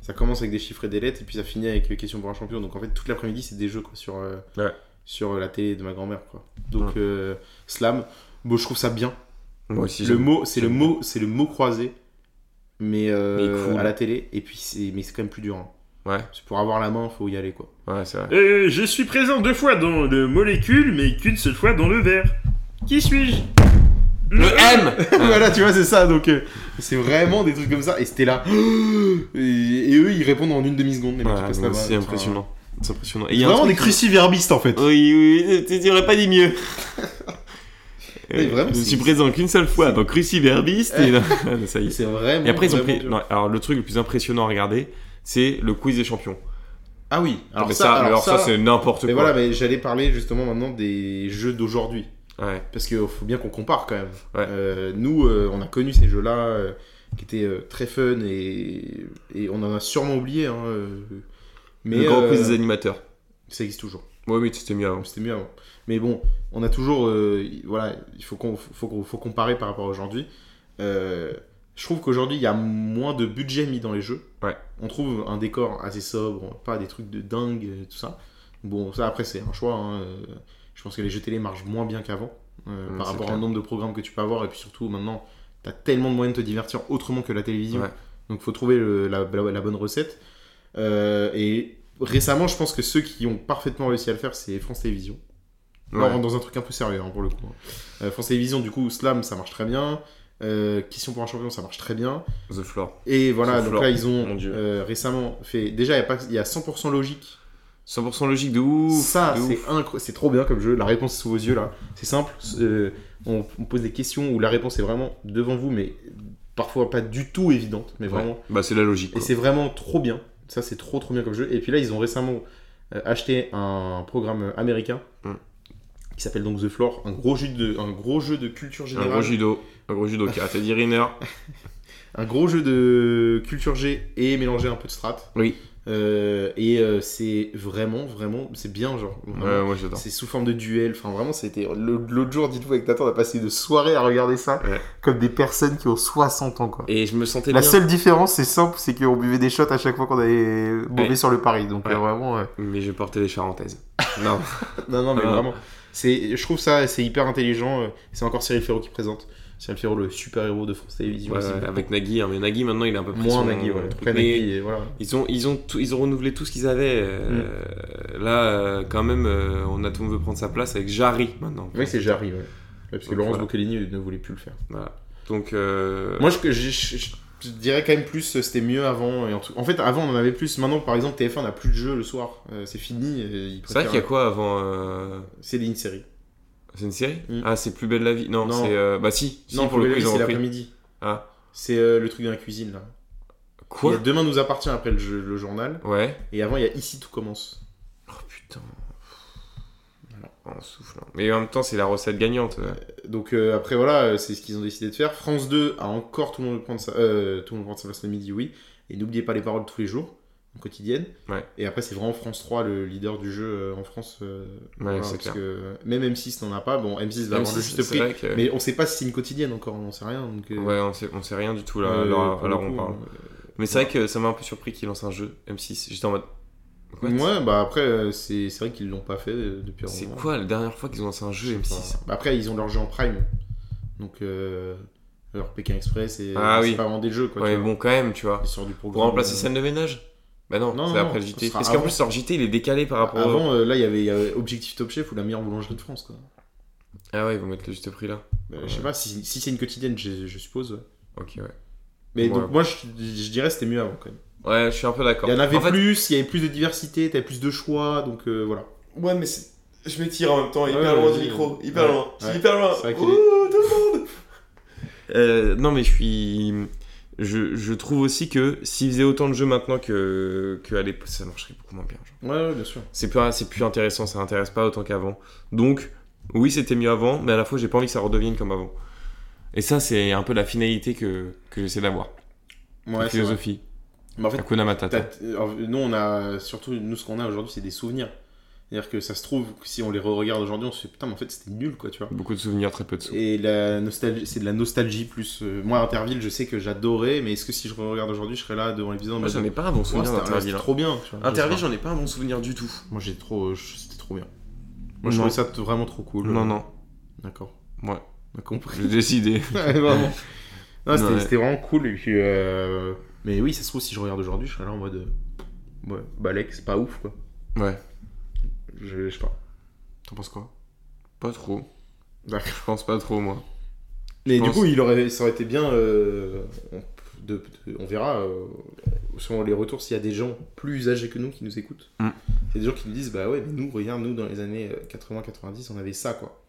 ça commence avec des chiffres et des lettres, et puis ça finit avec euh, Question pour un champion. Donc en fait, toute l'après-midi, c'est des jeux quoi, sur, euh, Ouais. sur euh, la télé de ma grand-mère. quoi. Donc Ouais. euh, Slam, bon, je trouve ça bien. Moi aussi, le j'aime. mot, c'est le j'aime. mot, c'est le mot croisé, mais, euh, Mais cool. à la télé. Et puis c'est, mais c'est quand même plus dur. hein. Ouais. C'est Pour avoir la main, faut y aller quoi. Ouais, c'est vrai. Euh, je suis présent deux fois dans le molécule, mais qu'une seule fois dans le verre. Qui suis-je Le M voilà, tu vois, c'est ça. Donc, euh, c'est vraiment des trucs comme ça. Et c'était là. Et, et eux, ils répondent en une demi-seconde. les mecs qui Ouais, passent mais là-bas. C'est Enfin, impressionnant. C'est impressionnant. Et il c'est y a un vraiment truc des cruciverbistes en fait. Oui, oui, tu n'aurais pas dit mieux. Oui, Euh, vraiment, je c'est- suis présent qu'une seule fois dans Cruciverbiste. Et... non, ça y est. C'est vraiment. Et après, ils ont vraiment pris. dur. non, alors, le truc le plus impressionnant à regarder, c'est le quiz des champions. Ah oui, alors mais ça, ça, alors alors ça, ça- c'est n'importe Mais quoi. voilà, mais j'allais parler justement maintenant des jeux d'aujourd'hui. Ouais. Parce qu'il faut bien qu'on compare quand même. Ouais. Euh, nous, euh, on a connu ces jeux-là euh, qui étaient euh, très fun et... et on en a sûrement oublié. hein, euh, Mais le grand euh, quiz des animateurs. ça existe toujours. Ouais, mais c'était mieux avant. C'était mieux avant. Mais bon, on a toujours. euh, il- voilà, il faut, qu'on faut, qu'on- faut comparer par rapport à aujourd'hui. Euh, je trouve qu'aujourd'hui, il y a moins de budget mis dans les jeux. Ouais. On trouve un décor assez sobre, pas des trucs de dingue, euh, tout ça. Bon, ça après, c'est un choix. hein, euh, Je pense que les jeux télé marchent moins bien qu'avant euh, Mm, par c'est rapport clair. au nombre de programmes que tu peux avoir. Et puis surtout, maintenant, t'as tellement de moyens de te divertir autrement que la télévision. Ouais. Donc, faut trouver le- la, la- la bonne recette. Euh, et récemment, je pense que ceux qui ont parfaitement réussi à le faire, c'est France Télévisions. Là, on Ouais. rentre dans un truc un peu sérieux hein, pour le coup. hein. Euh, France Télévisions, du coup, Slam, ça marche très bien. Euh, Question pour un champion, ça marche très bien. The Floor. Et voilà, Sauf donc Laure, là, ils mon ont Dieu. euh, récemment fait. Déjà, il y a pas- il y, a 100% logique. 100% logique de ouf. ça, de c'est ouf. incro- c'est trop bien comme jeu. La réponse est sous vos yeux là. C'est simple. Euh, on, on pose des questions où la réponse est vraiment devant vous, mais parfois pas du tout évidente. Mais vraiment. Ouais. Bah, c'est la Et logique. quoi. c'est vraiment trop bien. Ça, c'est trop trop bien comme jeu. Et puis là, ils ont récemment euh, acheté un programme américain Mm. qui s'appelle donc The Floor, un gros jeu de, un gros jeu de culture Un générale, gros judo. Un gros judo qui a Teddy Riner. un gros jeu de culture G et mélangé un peu de strat. Oui. Euh, et euh, c'est vraiment vraiment, c'est bien genre. vraiment. Ouais, moi j'adore. C'est sous forme de duel. Enfin, vraiment, c'était. le- L'autre jour, dites-vous avec Nathan, on a passé de soirée à regarder ça Ouais. comme des personnes qui ont 60 ans, quoi. Et je me sentais La bien. seule différence, c'est simple, c'est qu'on buvait des shots à chaque fois qu'on allait mauvais Ouais. sur le pari. Donc, Ouais. euh, vraiment. euh, Mais je portais des charentaises. non. Non, non, mais Ah. vraiment. C'est, je trouve ça, c'est hyper intelligent. euh, C'est encore Cyril Ferro qui présente. Cyril Ferro, le super héros de France Télévisions. Ouais, aussi. ouais, avec euh, Nagui, hein, mais Nagui maintenant il est un peu Moins Nagui, ouais. Après Nagui, et voilà. Ils ont, ils, ont tout- ils ont renouvelé tout ce qu'ils avaient. euh, Mm. Là, euh, quand même, euh, on a tout veut prendre sa place avec Jarry maintenant. Oui, c'est Jarry, ouais. Ouais, Parce que Donc, Laurence voilà. Boccolini ne voulait plus le faire. Voilà. Donc, euh, Moi, je, je- je- je- je dirais quand même plus, euh, c'était mieux avant. et en, tout- en fait, avant, on en avait plus. Maintenant, par exemple, TF1 n'a plus de jeu le soir. Euh, c'est fini. euh, ils c'est vrai préfèrent- qu'il y a quoi avant euh, C'est une série. C'est une série Mm. Ah, c'est Plus Belle la Vie Non, Non. c'est. euh, Bah, si. si, non, pour le coup, ils ont c'est repris. l'après-midi. Ah. C'est euh, le truc de la cuisine, là. Il y Quoi a Demain nous appartient après le, jeu- le journal. Ouais. Et avant, il y a Ici tout commence. Oh putain. En soufflant. Mais en même temps, c'est la recette gagnante. euh. Donc euh, après voilà, euh, c'est ce qu'ils ont décidé de faire. France 2 a encore tout le monde prendre sa, euh, tout le monde prendre sa place le midi, oui. Et n'oubliez pas les paroles tous les jours, en quotidienne. Ouais. Et après c'est vraiment France 3 le leader du jeu euh, en France. euh, voilà, c'est parce clair. que euh, même M6 n'en a pas. Bon, M6 va Même avoir le si juste c'est prix. vrai que- Mais on sait pas si c'est une quotidienne encore, on n'en sait rien. Donc, euh, Ouais, on sait, on sait rien du tout là. euh, alors pour alors le on coup, parle. euh, Mais c'est vrai que ça m'a un peu surpris qu'il lance un jeu M6. J'étais en mode. What ouais, bah après euh, c'est c'est vrai qu'ils l'ont pas fait euh, depuis. un C'est moment. quoi la dernière fois qu'ils ont lancé un jeu M6 Enfin, bah après ils ont leur jeu en prime. Donc euh, leur Pékin Express et Ah c'est oui. pas vraiment des jeux quoi. Ouais, tu vois. bon, quand même, tu vois. Ils sortent du Pour programme. remplacer euh, scène de ménage Bah non, Non, c'est non, après le ce JT. sera Parce qu'en avant. plus, leur JT, il est décalé par rapport au- Avant, euh, là, il y avait il y avait Objectif Top Chef ou la meilleure boulangerie de France. Quoi. Ah ouais, ils vont mettre le juste prix là. Euh, Ouais. Je sais pas si, si c'est une quotidienne, je, je suppose. ouais. Ok, ouais. Mais Ouais. donc, moi, je, je dirais que c'était mieux avant quand même. Ouais, je suis un peu d'accord. Il y en avait En fait- plus, il y avait plus de diversité, t'avais plus de choix, donc euh, voilà. Ouais, mais c'est- je m'étire en même temps, hyper Ouais, loin ouais, du ouais. micro, hyper Ouais. loin, c'est Ouais. hyper loin. C'est vrai qu'il Ouh, est- tout le monde Euh, non, mais je suis. Je, je trouve aussi que s'ils faisaient autant de jeux maintenant que, que à l'époque, ça marcherait beaucoup moins bien. genre. Ouais, ouais, bien sûr. C'est plus, c'est plus intéressant, ça intéresse pas autant qu'avant. Donc, oui, c'était mieux avant, mais à la fois, j'ai pas envie que ça redevienne comme avant. Et ça, c'est un peu la finalité que, que j'essaie d'avoir. la Ouais, c'est vrai. philosophie. Mais en fait, Hakuna Matata. t'as- alors, nous, on a surtout, nous, ce qu'on a aujourd'hui, c'est des souvenirs. C'est-à-dire que ça se trouve, que si on les re-regarde aujourd'hui, on se fait putain, mais en fait, c'était nul, quoi, tu vois. Beaucoup de souvenirs, très peu de sous. Et la nostalgie, c'est de la nostalgie plus. euh, moi, Interville, je sais que j'adorais, mais est-ce que si je re-regarde aujourd'hui, je serais là devant l'épisode en Moi, mode, j'en ai pas un bon Ouais, souvenir c'était- d'Interville. c'était hein. trop bien. tu vois. Interville, j'en ai pas un bon souvenir du tout. Moi, j'ai trop. euh, je- C'était trop bien. Moi, je Non. trouvais ça t- vraiment trop cool. Non, non, D'accord. Ouais. On a compris. j'ai décidé. Ouais, vraiment. Non, c'était Ouais. c'était vraiment cool. Et puis, euh, Mais oui, ça se trouve, si je regarde aujourd'hui, je serais là en mode. euh, Ouais, bah, Alex, c'est pas ouf, quoi. Ouais. Je, je sais pas. T'en penses quoi Pas trop. D'accord. Je pense pas trop, moi. Mais Je du pense- coup, il aurait, ça aurait été bien. euh, on, de- de- on verra, euh, selon les retours, s'il y a des gens plus âgés que nous qui nous écoutent. Mm. Il y a des gens qui nous disent Bah ouais, mais nous, regarde, nous, dans les années 80-90, on avait ça, quoi.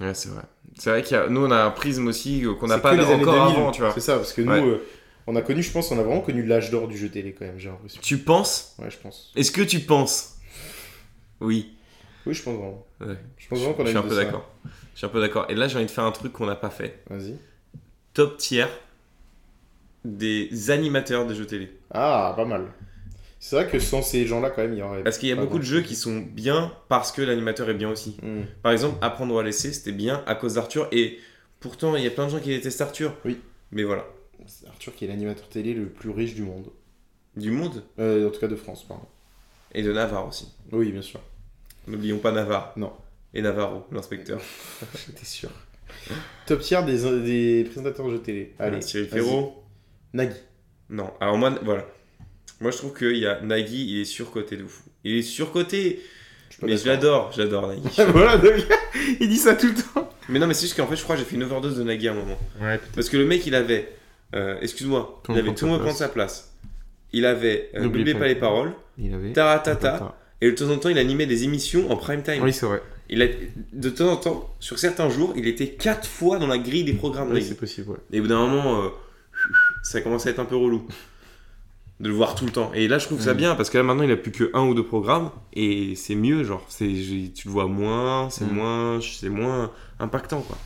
Ouais, c'est vrai. C'est vrai qu'il y a... nous, on a un prisme aussi euh, qu'on n'a C'est pas que les années encore 2000, avant, tu vois. C'est ça, parce que nous, Ouais. euh, on a connu, je pense, on a vraiment connu l'âge d'or du jeu télé quand même, j'ai l'impression. Tu penses Ouais, je pense. Est-ce que tu penses Oui. Oui, je pense vraiment. Ouais. Je pense vraiment qu'on a Je suis eu un de peu ça. d'accord. Je suis un peu d'accord. Et là, j'ai envie de faire un truc qu'on n'a pas fait. Vas-y. Top tiers des animateurs de jeux télé. Ah, pas mal. C'est vrai que sans ces gens-là, quand même, il y aurait. Parce qu'il y a Pas beaucoup grand- de jeux qui sont bien parce que l'animateur est bien aussi. Hmm. Par exemple, Apprendre ou à laisser, c'était bien à cause d'Arthur. Et pourtant, il y a plein de gens qui détestent Arthur. Oui. Mais voilà. C'est Arthur qui est l'animateur télé le plus riche du monde. Du monde Euh, en tout cas de France, pardon. et de Navarre aussi. Oui, bien sûr. N'oublions pas Navarre. Non. Et Navarro, l'inspecteur. J'étais sûr. Top tier des, des présentateurs de jeux télé. Allez, Cyril vas-y. Ferraud. Nagui. Non. Alors moi, voilà. Moi, je trouve qu'il y a Nagui, il est surcoté de fou. Il est surcoté, suis pas mais je l'adore, je l'adore Nagui. voilà, donc, il dit ça tout le temps. mais non, mais c'est juste qu'en fait, je crois que j'ai fait une overdose de Nagui à un moment. Ouais, Parce que le mec, il avait, euh, excuse-moi, Tout il le avait monde tout prend le sa monde prendre place. sa place. Il avait euh, N'oubliez pas les paroles, Il avait. Taratata, et de temps en temps, il animait des émissions en prime time. Oui, c'est vrai. Il a, de temps en temps, sur certains jours, il était quatre fois dans la grille des programmes. Oui, Nagui. c'est possible, ouais. Et au bout d'un moment, euh, ça commence à être un peu relou de le voir tout le temps. Et là, je trouve ça Mm. bien parce que là maintenant, il a plus que un ou deux programmes et c'est mieux, genre, c'est j'ai- tu le vois moins, c'est Mm. moins, c'est moins impactant quoi.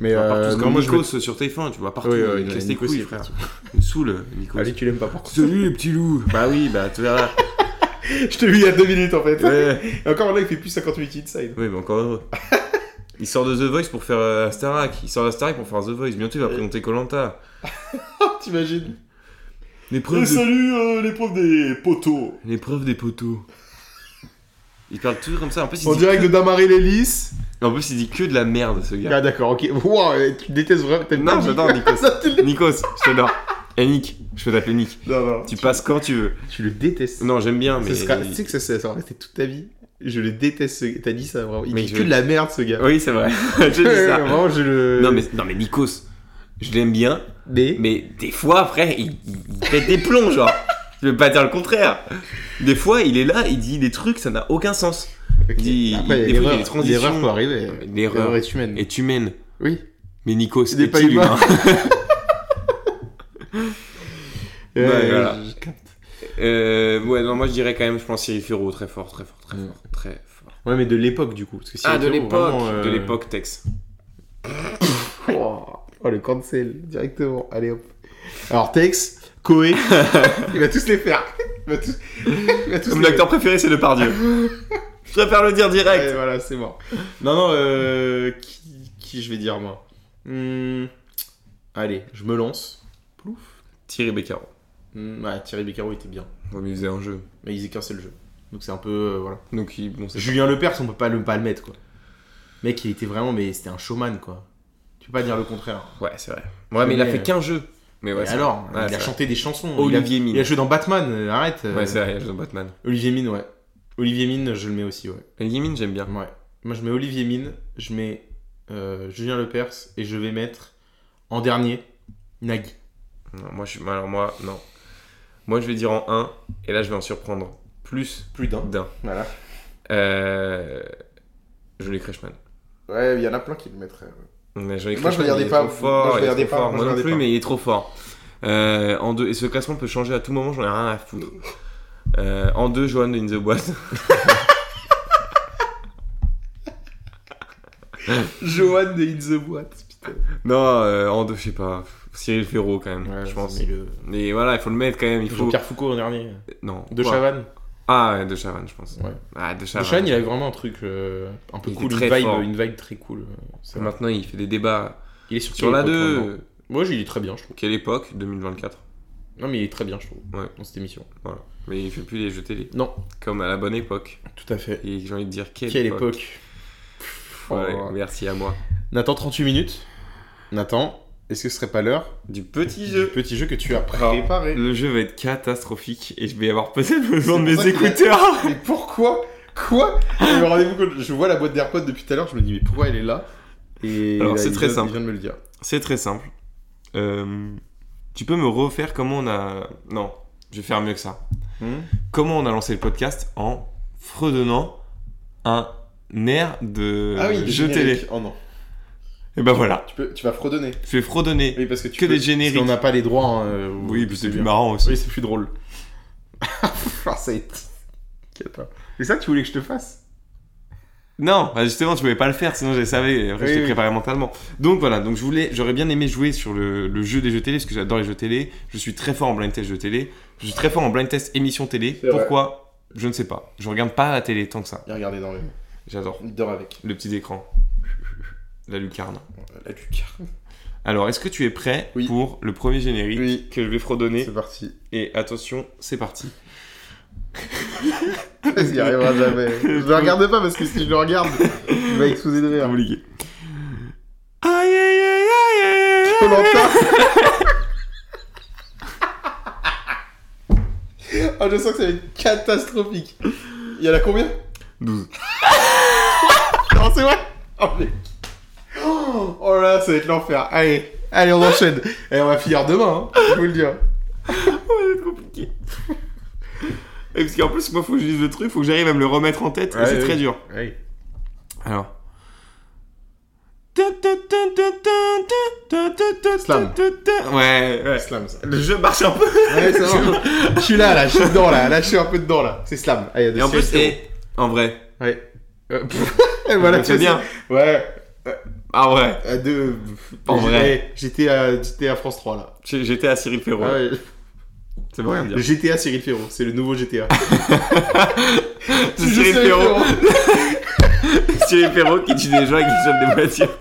Mais Tu vois, euh, partout, non, comme moi, je Nikos sur TF1, tu vois partout, Oui, oui, il il te a- casse les Nikos, il couilles, est frère. partout. Il me saoule, Nikos. me- Vas-y, tu l'aimes pas pour Salut, les petits loups. Bah oui, bah tu verras. Je te l'ai il y a deux minutes en fait. ouais. Et encore là, il fait plus 58 inside. Oui, mais encore heureux. Il sort de The Voice pour faire euh, Astarac. Il sort d'Astarac pour faire The Voice. Bientôt, il va Ouais. présenter Colanta. Ah, T'imagines L'épreuve de salut l'épreuve des poteaux. L'épreuve des poteaux. Il parle toujours comme ça. En plus, il En dit, direct de Damaré Lélis. en plus, il dit que de la merde, ce gars. Ah, d'accord, ok. Wow, tu détestes vraiment. t'aimes Non, pas j'adore Nick. Nikos. Ça, tu le- Nikos, je t'adore. Et Nick, je peux t'appeler Nick. Non, non. Tu passes quand tu veux. Tu le détestes. Non, j'aime bien, mais. Ce sera- Tu sais que ça, ça va rester toute ta vie. Je le déteste, ce T'as dit ça vraiment. Il Mais dit je- que de la merde, ce gars. Oui, c'est vrai. je Ouais, Euh, dis ça. Vraiment, je le. Non, mais, non, mais Nikos, je l'aime bien, Mais. mais des fois, après, il, il- il pète des plombs, genre. Je veux pas dire le contraire. Des fois, il est là, il dit des trucs, ça n'a aucun sens. Ok. dis- Après, des fois, il y a des l'erreur transitions. l'erreur peut arriver. L'erreur. est humaine. Et tu mènes. Oui. Mais Nikos, Il est pas est-il humain. humain Ouais, voilà. je capte. Euh, ouais, non, moi je dirais quand même, je pense Cyril Ferraud, très fort, très fort, très Mm. fort, très fort. Ouais, mais de l'époque, du coup. Parce que si on- vraiment, euh, Ah, De l'époque, Tex. Oh, oh, le cancel, directement. Allez hop. Alors, Tex, Koé, il va tous les faire. Il va tous, il va tous Mon les acteur préféré, c'est Depardieu. je préfère le dire direct. Ouais, voilà, c'est mort. Non, non, euh, qui, qui je vais dire, moi Hmm, Allez, je me lance. Thierry Beccaro. Hmm, ouais, Thierry Beccaro était bien. Bon, mais il faisait un jeu. Mais ils écartent le jeu. Donc c'est un peu. euh, voilà. Donc, il- bon, c'est. Julien Lepers, on peut pas le, pas le mettre, quoi. Mec, il était vraiment. Mais c'était un showman, quoi. Tu peux pas dire le contraire. Ouais, c'est vrai. Ouais, mais il a fait qu'un jeu. Mais ouais, Et c'est alors, Ouais, il a c'est vrai. chanté des chansons. il a- Olivier Mine. Il a joué dans Batman, euh, arrête. euh, Ouais, c'est vrai, il a joué dans Batman. Olivier Mine, ouais. Olivier Mine, je le mets aussi, ouais. Olivier Mine, j'aime bien. Ouais. Moi, je mets Olivier Mine, je mets euh, Julien Lepers et je vais mettre en dernier Nagui. Non, moi, je suis. Alors, moi, non. Moi, je vais dire en 1, et là, je vais en surprendre plus Plus d'un. d'un. Voilà. Euh. Jolie Creshman. Ouais, il y en a plein qui le mettraient. Mais Johnny Moi, je Cashman, regardais il est pas. trop Moi, je Fort, il est regardais pas. trop fort. Moi, je Moi non regardais plus, pas. mais il est trop fort. Euh, en deux, et ce classement peut changer à tout moment, j'en ai rien à foutre. Euh, en deux, Johan de In the Boîte. Johan de In the Boîte, putain. non, euh, en deux, je sais pas. Cyril Ferraud quand même, je pense. Mais le... Mais voilà, il faut le mettre quand même. Il faut. Jean-Pierre Foucault en dernier. Non. De quoi Chavannes. Ah, ouais, de Chavannes, je pense. Ouais. Ah, de De Chavannes. Chavannes, il avait vraiment un truc euh, un peu Il était cool, une très vibe, fort. une vibe très cool. euh, c'est vrai. Maintenant, il fait des débats Il est sur, sur la 2. Moi, il est très bien, je trouve. Quelle époque 2024. Non, mais il est très bien, je trouve, Ouais. dans cette émission. Mais il fait plus les jeux télé. Non, Comme à la bonne époque. tout à fait. Et j'ai envie de dire quelle, Quelle époque. Ouais, Oh. Merci à moi. Nathan, 38 minutes. Nathan, est-ce que ce serait pas l'heure Du petit du jeu. Ah. petit jeu que tu as Alors, préparé Le jeu va être catastrophique et je vais avoir peut-être besoin C'est pour de mes ça qu'il y a- écouteurs. Mais pourquoi Quoi Je me rendez-vous compte, je vois la boîte d'AirPods depuis tout à l'heure, je me dis mais pourquoi elle est là Et Alors, là, c'est il très vient- simple. Il vient de me le dire. C'est très simple. Euh, tu peux me refaire comment on a. Non, je vais faire mieux que ça. Hmm. Comment on a lancé le podcast en fredonnant un air de Ah Euh, jeu télé. Oh non. Et ben voilà, Tu, peux, tu vas fredonner. je vais fredonner. Oui, parce que tu Que peux- des génériques. Parce qu'on n'a pas les droits. hein, euh, au- Oui, puis c'est plus bien. marrant aussi. Oui, c'est plus drôle. Ah, ça est. C'est ça que tu voulais que je te fasse Non, bah justement, tu pouvais pas le faire, sinon je le savais, et après je Oui, t'ai oui. préparé mentalement. Donc voilà, donc je voulais, j'aurais bien aimé jouer sur le, le jeu des jeux télé, parce que j'adore les jeux télé, je suis très fort en blind test jeux télé, je suis très fort en blind test émission télé. C'est vrai. Pourquoi Je ne sais pas. Je regarde pas la télé tant que ça. Bien regardé dans le. J'adore. Il dort avec. Le petit écran. La lucarne. La lucarne. Alors, est-ce que tu es prêt Oui. pour le premier générique Oui. que je vais fredonner C'est parti. Et attention, c'est parti. Il n'y arrivera jamais. Je le regarde pas parce que si je le regarde, il va exploser de rire. Compliqué. Aïe aïe aïe aïe aïe Pôle emploi. Oh, Ah, je sens que ça va être catastrophique. Il y en a combien 12. Non, c'est vrai. Oh, mais... Oh oh là, là, ça va être l'enfer. Allez, allez, on enchaîne. Et on va finir demain, hein, je vous le dire. Ouais, c'est compliqué. Et parce qu'en plus, moi, faut que je dise le truc, faut que j'arrive à me le remettre en tête, Ouais, et c'est oui. très dur. Oui. Alors. Slam. Ouais, ouais. Slam, ça. Le jeu marche un peu. Ouais, c'est bon. Je suis là, là, je suis dedans, là. Là, je suis un peu dedans, là. C'est slam. Allez, Et en plus, c'est eh, en vrai. bon. Ouais. Euh, Et voilà, c'est tu bien. Ah, bien. Ouais. En vrai. À deux. En vrai. J'étais à, j'étais à France 3, là. J'ai- J'étais à Cyril Ferraud. Ah ouais. Ça veut rien dire. GTA Cyril Ferro, c'est le nouveau GTA. C'est Cyril Ferraud. Cyril Ferraud qui tue des gens et qui chope des voitures.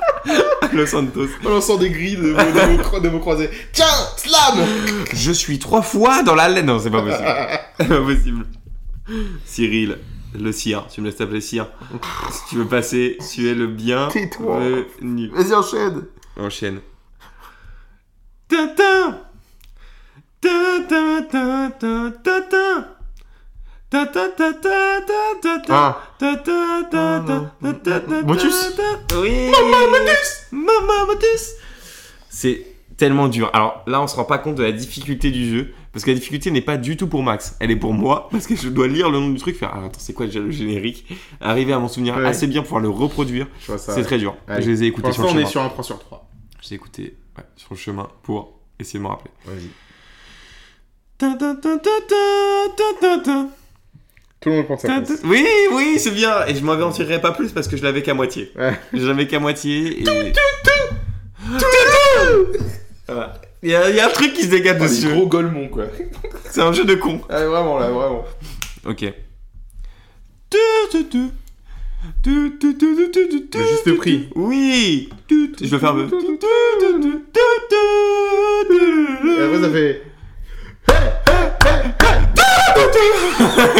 À Los Santos. En lançant des grilles de vos, de vos cro- de vos croisés. Tiens, slam Je suis trois fois dans la laine. Non, c'est pas possible. C'est pas possible. Cyril, le sire, tu me laisses t'appeler sire. si tu veux passer, tu es le bien. Tais-toi. venu. Vas-y, enchaîne. Enchaîne. Tintin Tintin, tintin, tintin. Tintin, tintin, tintin, tintin. Ah. Tintin, tintin, non. tintin, tintin, Motus tintin. Oui Maman Motus C'est tellement dur. Alors là, on se rend pas compte de la difficulté du jeu. Parce que la difficulté n'est pas du tout pour Max. Elle est pour moi. Parce que je dois lire le nom du truc. Faire, ah, attends, c'est quoi déjà le générique Arriver à m'en souvenir Ouais. assez bien pour pouvoir le reproduire. Je vois ça. C'est très dur. Ouais. Je les ai écoutés sur Pour le l'instant, on chemin. est sur un point sur 3. J'ai écouté ouais, sur le chemin pour essayer de me rappeler. Vas-y. Tin, tin, tin, tin, tin, tin, tin, Tout le monde pense à tin, ça. tin. Oui, oui, c'est bien. Et je m'en aventirerai pas plus parce que je l'avais qu'à moitié. Ouais. Je l'avais qu'à moitié. Et... Tout, tout, Il y, a, il y a un truc qui se dégage de ce C'est jeu. gros golemon, quoi. C'est un jeu de con. Ah, vraiment, là, vraiment. Ok. Tu, tu, tu. Tu, tu, tu, tu, tu, tu, tu, Le juste tu, prix. tu. Oui. Tu, tu. Je le fais un peu. Et après, ça fait.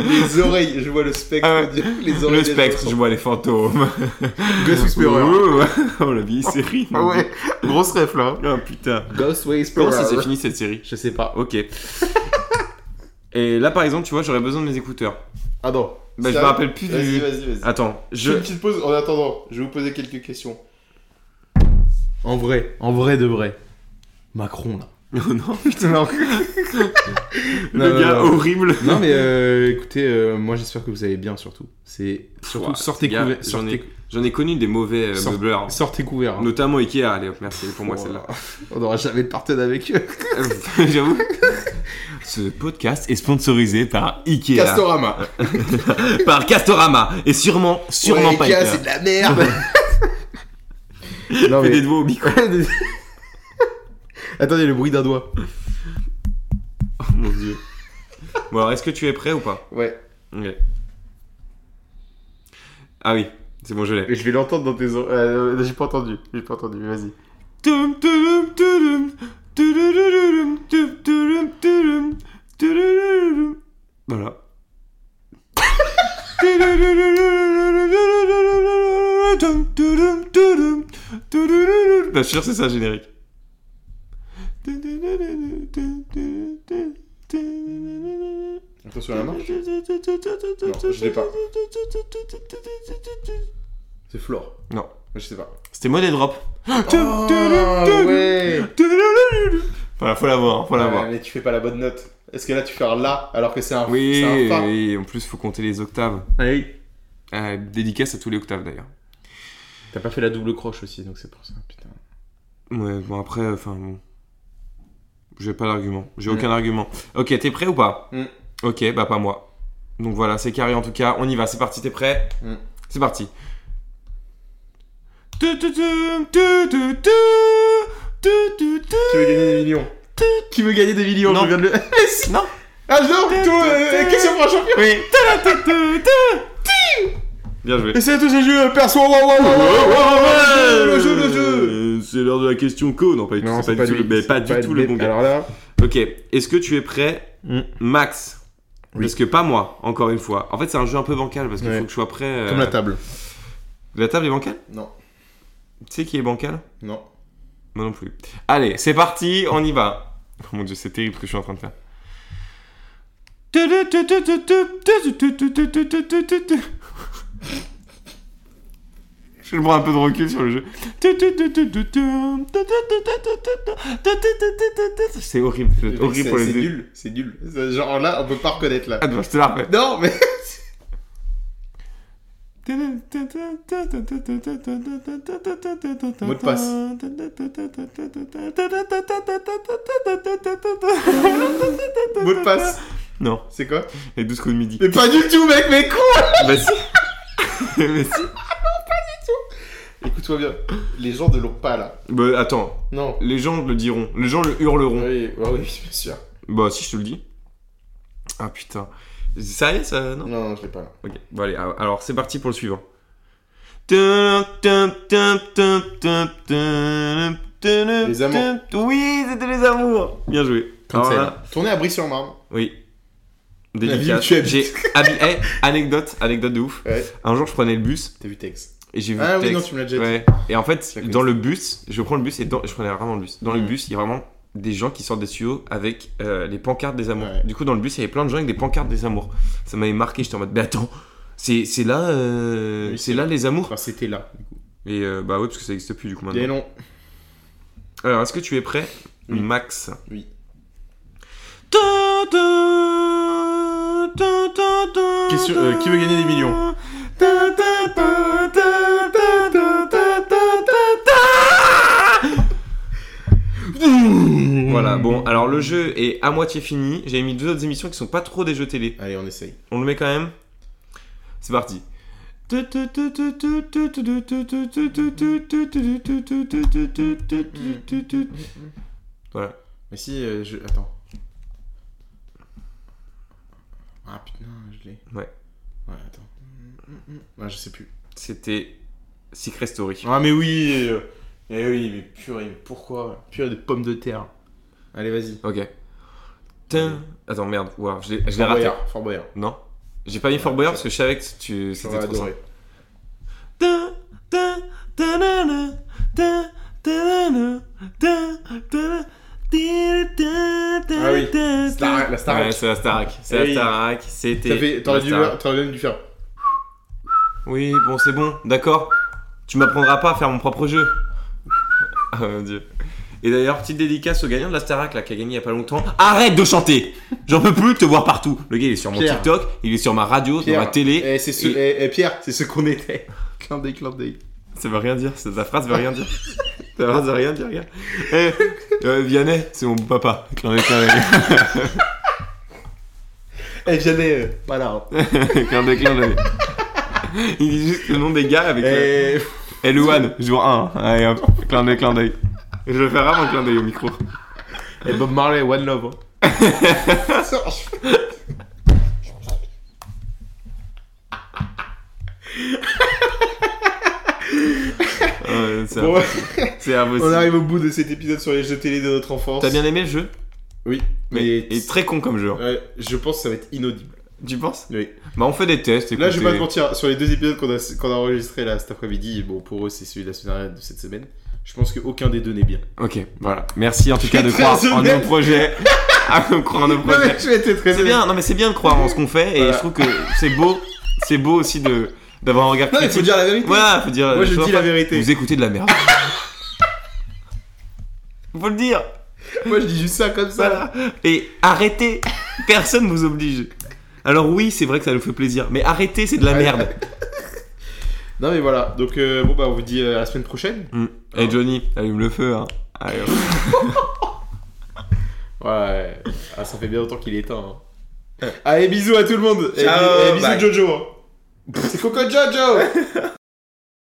les oreilles, je vois le spectre. Ah ouais. audio- les oreilles Le des spectre, gens. je vois les fantômes. Ghost Whisperer. Ouh, On l'a vieille série. Ah ouais, grosse ref là. Oh putain. Ghost Whisperer. Comment ça s'est fini cette série Je sais pas. Ok. Et là par exemple, tu vois, j'aurais besoin de mes écouteurs. Ah non. Bah, je Ça- me rappelle plus Vas-y, du. vas-y, vas-y. Attends, Je je. fais une petite pause en attendant. Je vais vous poser quelques questions. En vrai, en vrai de vrai. Macron là. Oh non, Putain, oh. non. Non, le non, gars non. horrible. Non mais euh, écoutez, euh, moi j'espère que vous allez bien surtout. C'est surtout Ouah, sortez, gars, couver- J'en sortez, ai, j'en ai connu des mauvais euh, Sort- meubleurs. sortez couverts. hein. Notamment Ikea. Allez hop, merci pour moi Oh, celle-là. On n'aura jamais de partenaire avec eux. J'avoue. Ce podcast est sponsorisé par Ikea. Castorama. Euh, Par Castorama. Et sûrement, sûrement Ouais, pas Ikea, Ikea. c'est de la merde. non Fais des mais doigts au micro. attendez le bruit d'un doigt. Mon dieu. Bon alors, est-ce que tu es prêt ou pas Ouais. Ok. Ah oui, c'est bon, je l'ai. Mais je vais l'entendre dans tes oreilles. Euh, j'ai pas entendu. J'ai pas entendu. mais Vas-y. Voilà. Bah, je suis sûr que c'est ça, le générique. Attention à la marche. je l'ai pas. C'est Flore. Non. Je sais pas. C'était Money Drop. Ah, Oh, ouais. Voilà, faut l'avoir, faut l'avoir. Ouais, mais tu fais pas la bonne note. Est-ce que là tu fais un la alors que c'est un, Oui, c'est un fa oui, en plus, faut compter les octaves. Allez. Euh, dédicace à tous les octaves d'ailleurs. T'as pas fait la double croche aussi donc c'est pour ça. Putain. Ouais, bon, après, enfin bon. J'ai pas d'argument. J'ai aucun argument. Ok, t'es prêt ou pas Mm. Ok, bah pas moi. Donc voilà, c'est carré en tout cas. On y va, c'est parti, t'es prêt Mm. C'est parti. Tu veux Qui veut gagner des millions Qui veut gagner des millions Non. Je viens de le- Non Ah non tout, euh, Question pour un champion Oui Bien joué. Et c'est tous ces jeux perso wow, wow, wow, wow, wow, wow, Le jeu, le jeu Euh, C'est l'heure de la question co. Non, pas du tout, c'est pas du tout le- mais pas du tout le bon gars. Alors là. Ok, est-ce que tu es prêt, Mm. Max Oui. Parce que pas moi, encore une fois. En fait, c'est un jeu un peu bancal parce qu'il Ouais. faut que je sois prêt. euh, Comme la table. La table est bancale Non. Tu sais qui est bancale Non. Moi non plus. Allez, c'est parti, on y va. Oh mon dieu, c'est terrible ce que je suis en train de faire. Je prends un peu de recul sur le jeu. C'est horrible, c'est horrible pour les C'est deux. nul, c'est nul. Ça, Genre là, on peut pas reconnaître là. Ah, non, je te la refais. Non, mais. Mot de passe. Mot de passe. Non, C'est quoi les 12 coups de midi. Mais pas du tout, mec, mais quoi Bah si. Mais si. Écoute-moi bien. Les gens ne l'ont pas là. Bah attends, Non. les gens le diront, les gens le hurleront. Oui, ouais, oui, bien sûr. Bah si, je te le dis. Ah putain. Sérieux ça Non Non, non, je l'ai pas là. Ok, bon allez, alors alors, c'est parti pour le suivant. Les amours. Oui, c'était les amours. Bien joué. Alors Cancel. là, Tournez à Brie-sur-Marne. oui. ville où Délicat. tu habites. J'ai habi- eh, anecdote, anecdote de ouf. Ouais. Un jour, je prenais le bus T'as vu Tex et j'ai vu Ah oui, Tex. non, tu me l'as déjà dit. Ouais. Et en fait, D'accord. dans le bus, je prends le bus et dans- je prenais vraiment le bus. Dans le Mhm. bus, il y a vraiment des gens qui sortent des studios avec euh, les pancartes des amours. Ouais. Du coup, dans le bus, il y avait plein de gens avec des pancartes des amours. Ça m'avait marqué. J'étais en mode, mais attends, c'est c'est là, euh, Oui, c'est là les amours. Enfin, c'était là. du coup. Et euh, bah ouais, parce que ça n'existe plus du coup Des maintenant. noms. Alors, est-ce que tu es prêt, Oui. Max Oui. Question, euh, qui veut gagner des millions Voilà, bon, alors le jeu est à moitié fini. J'avais mis deux autres émissions qui sont pas trop des jeux télé. Allez, on essaye. On le met quand même C'est parti. Voilà. Mais si, euh, je. Attends. Ah putain, je l'ai. Ouais. Ouais, attends. Ah, je sais plus. C'était Secret Story. Ah, mais oui euh, Eh oui, mais purée, mais pourquoi Purée de pommes de terre. Allez, vas-y. Ok. Tin. Attends, merde. Ouah, je l'ai je l'ai Fort raté. Boyard, Fort Boyard. Non. J'ai pas mis Fort Boyard parce que je savais que tu... c'était J'aurais trop simple. adoré. Ah oui, Star- la Star. Ouais, c'est la Starac. C'est Eh oui. la Starac. C'était. T'as fait- T'aurais la dû, Starac. t'aurais même dû faire. Oui, bon, c'est bon. D'accord. Tu m'apprendras pas à faire mon propre jeu. Ah mon dieu. Et d'ailleurs, petite dédicace au gagnant de la Starac là, qui a gagné il y a pas longtemps. Arrête de chanter J'en peux plus de te voir partout. Le gars, il est sur mon Pierre. TikTok, il est sur ma radio, Pierre. dans ma télé. Eh, c'est ce... Et- eh, eh, Pierre, c'est ce qu'on était. clin d'œil, clin d'œil. Ça veut rien dire, ta phrase veut rien dire. Ta phrase veut rien dire, regarde. Eh, euh, Vianney, c'est mon papa. Clin d'œil, clin d'œil. Eh, Vianney, euh, pas là. hein. Clin d'œil, clin d'œil. Il dit juste le nom des gars avec. le- Eh, Eh, Louane, jour 1. Allez hop, clin d'œil, clin d'œil. Je vais faire rarement clin d'œil au micro. eh, Bob Marley, One Love. hein. Euh, c'est Bon, impossible. C'est impossible. on arrive au bout de cet épisode sur les jeux télé de notre enfance. T'as bien aimé le jeu Oui. Mais Mais- il est très con comme jeu. hein. Ouais, je pense que ça va être inaudible. Tu penses Oui. Bah, on fait des tests. Là, je vais écoutez. pas te mentir, sur les deux épisodes qu'on a, qu'on a enregistrés là cet après-midi, bon, pour eux, c'est celui de la semaine de cette semaine. Je pense qu'aucun des deux n'est bien. Ok, voilà. Merci en tout cas de suis croire très en nos honnête. projets. Ah, de croire en nos Non, projets. mais j'ai été très C'est bien, non mais c'est bien de croire en ce qu'on fait et Voilà. je trouve que c'est beau, c'est beau aussi de d'avoir un regard Non, critique. il faut dire la vérité. Voilà, faut dire. Moi, les je choses. dis la vérité. Vous écoutez de la merde. faut le dire. Moi, je dis juste ça comme ça. Voilà. Et arrêtez. Personne vous oblige. Alors oui, c'est vrai que ça nous fait plaisir, mais arrêtez, c'est de la Ouais. merde. Non, mais voilà. Donc, euh, bon, bah, on vous dit euh, à la semaine prochaine. Mm. Et Johnny, allume le feu. Hein. Allez, hop. Ouais. Ah, ça fait bien longtemps qu'il est éteint. hein. Allez, bisous à tout le monde. Et, Ciao, et bisous, bye. Jojo. hein. C'est Coco Jojo.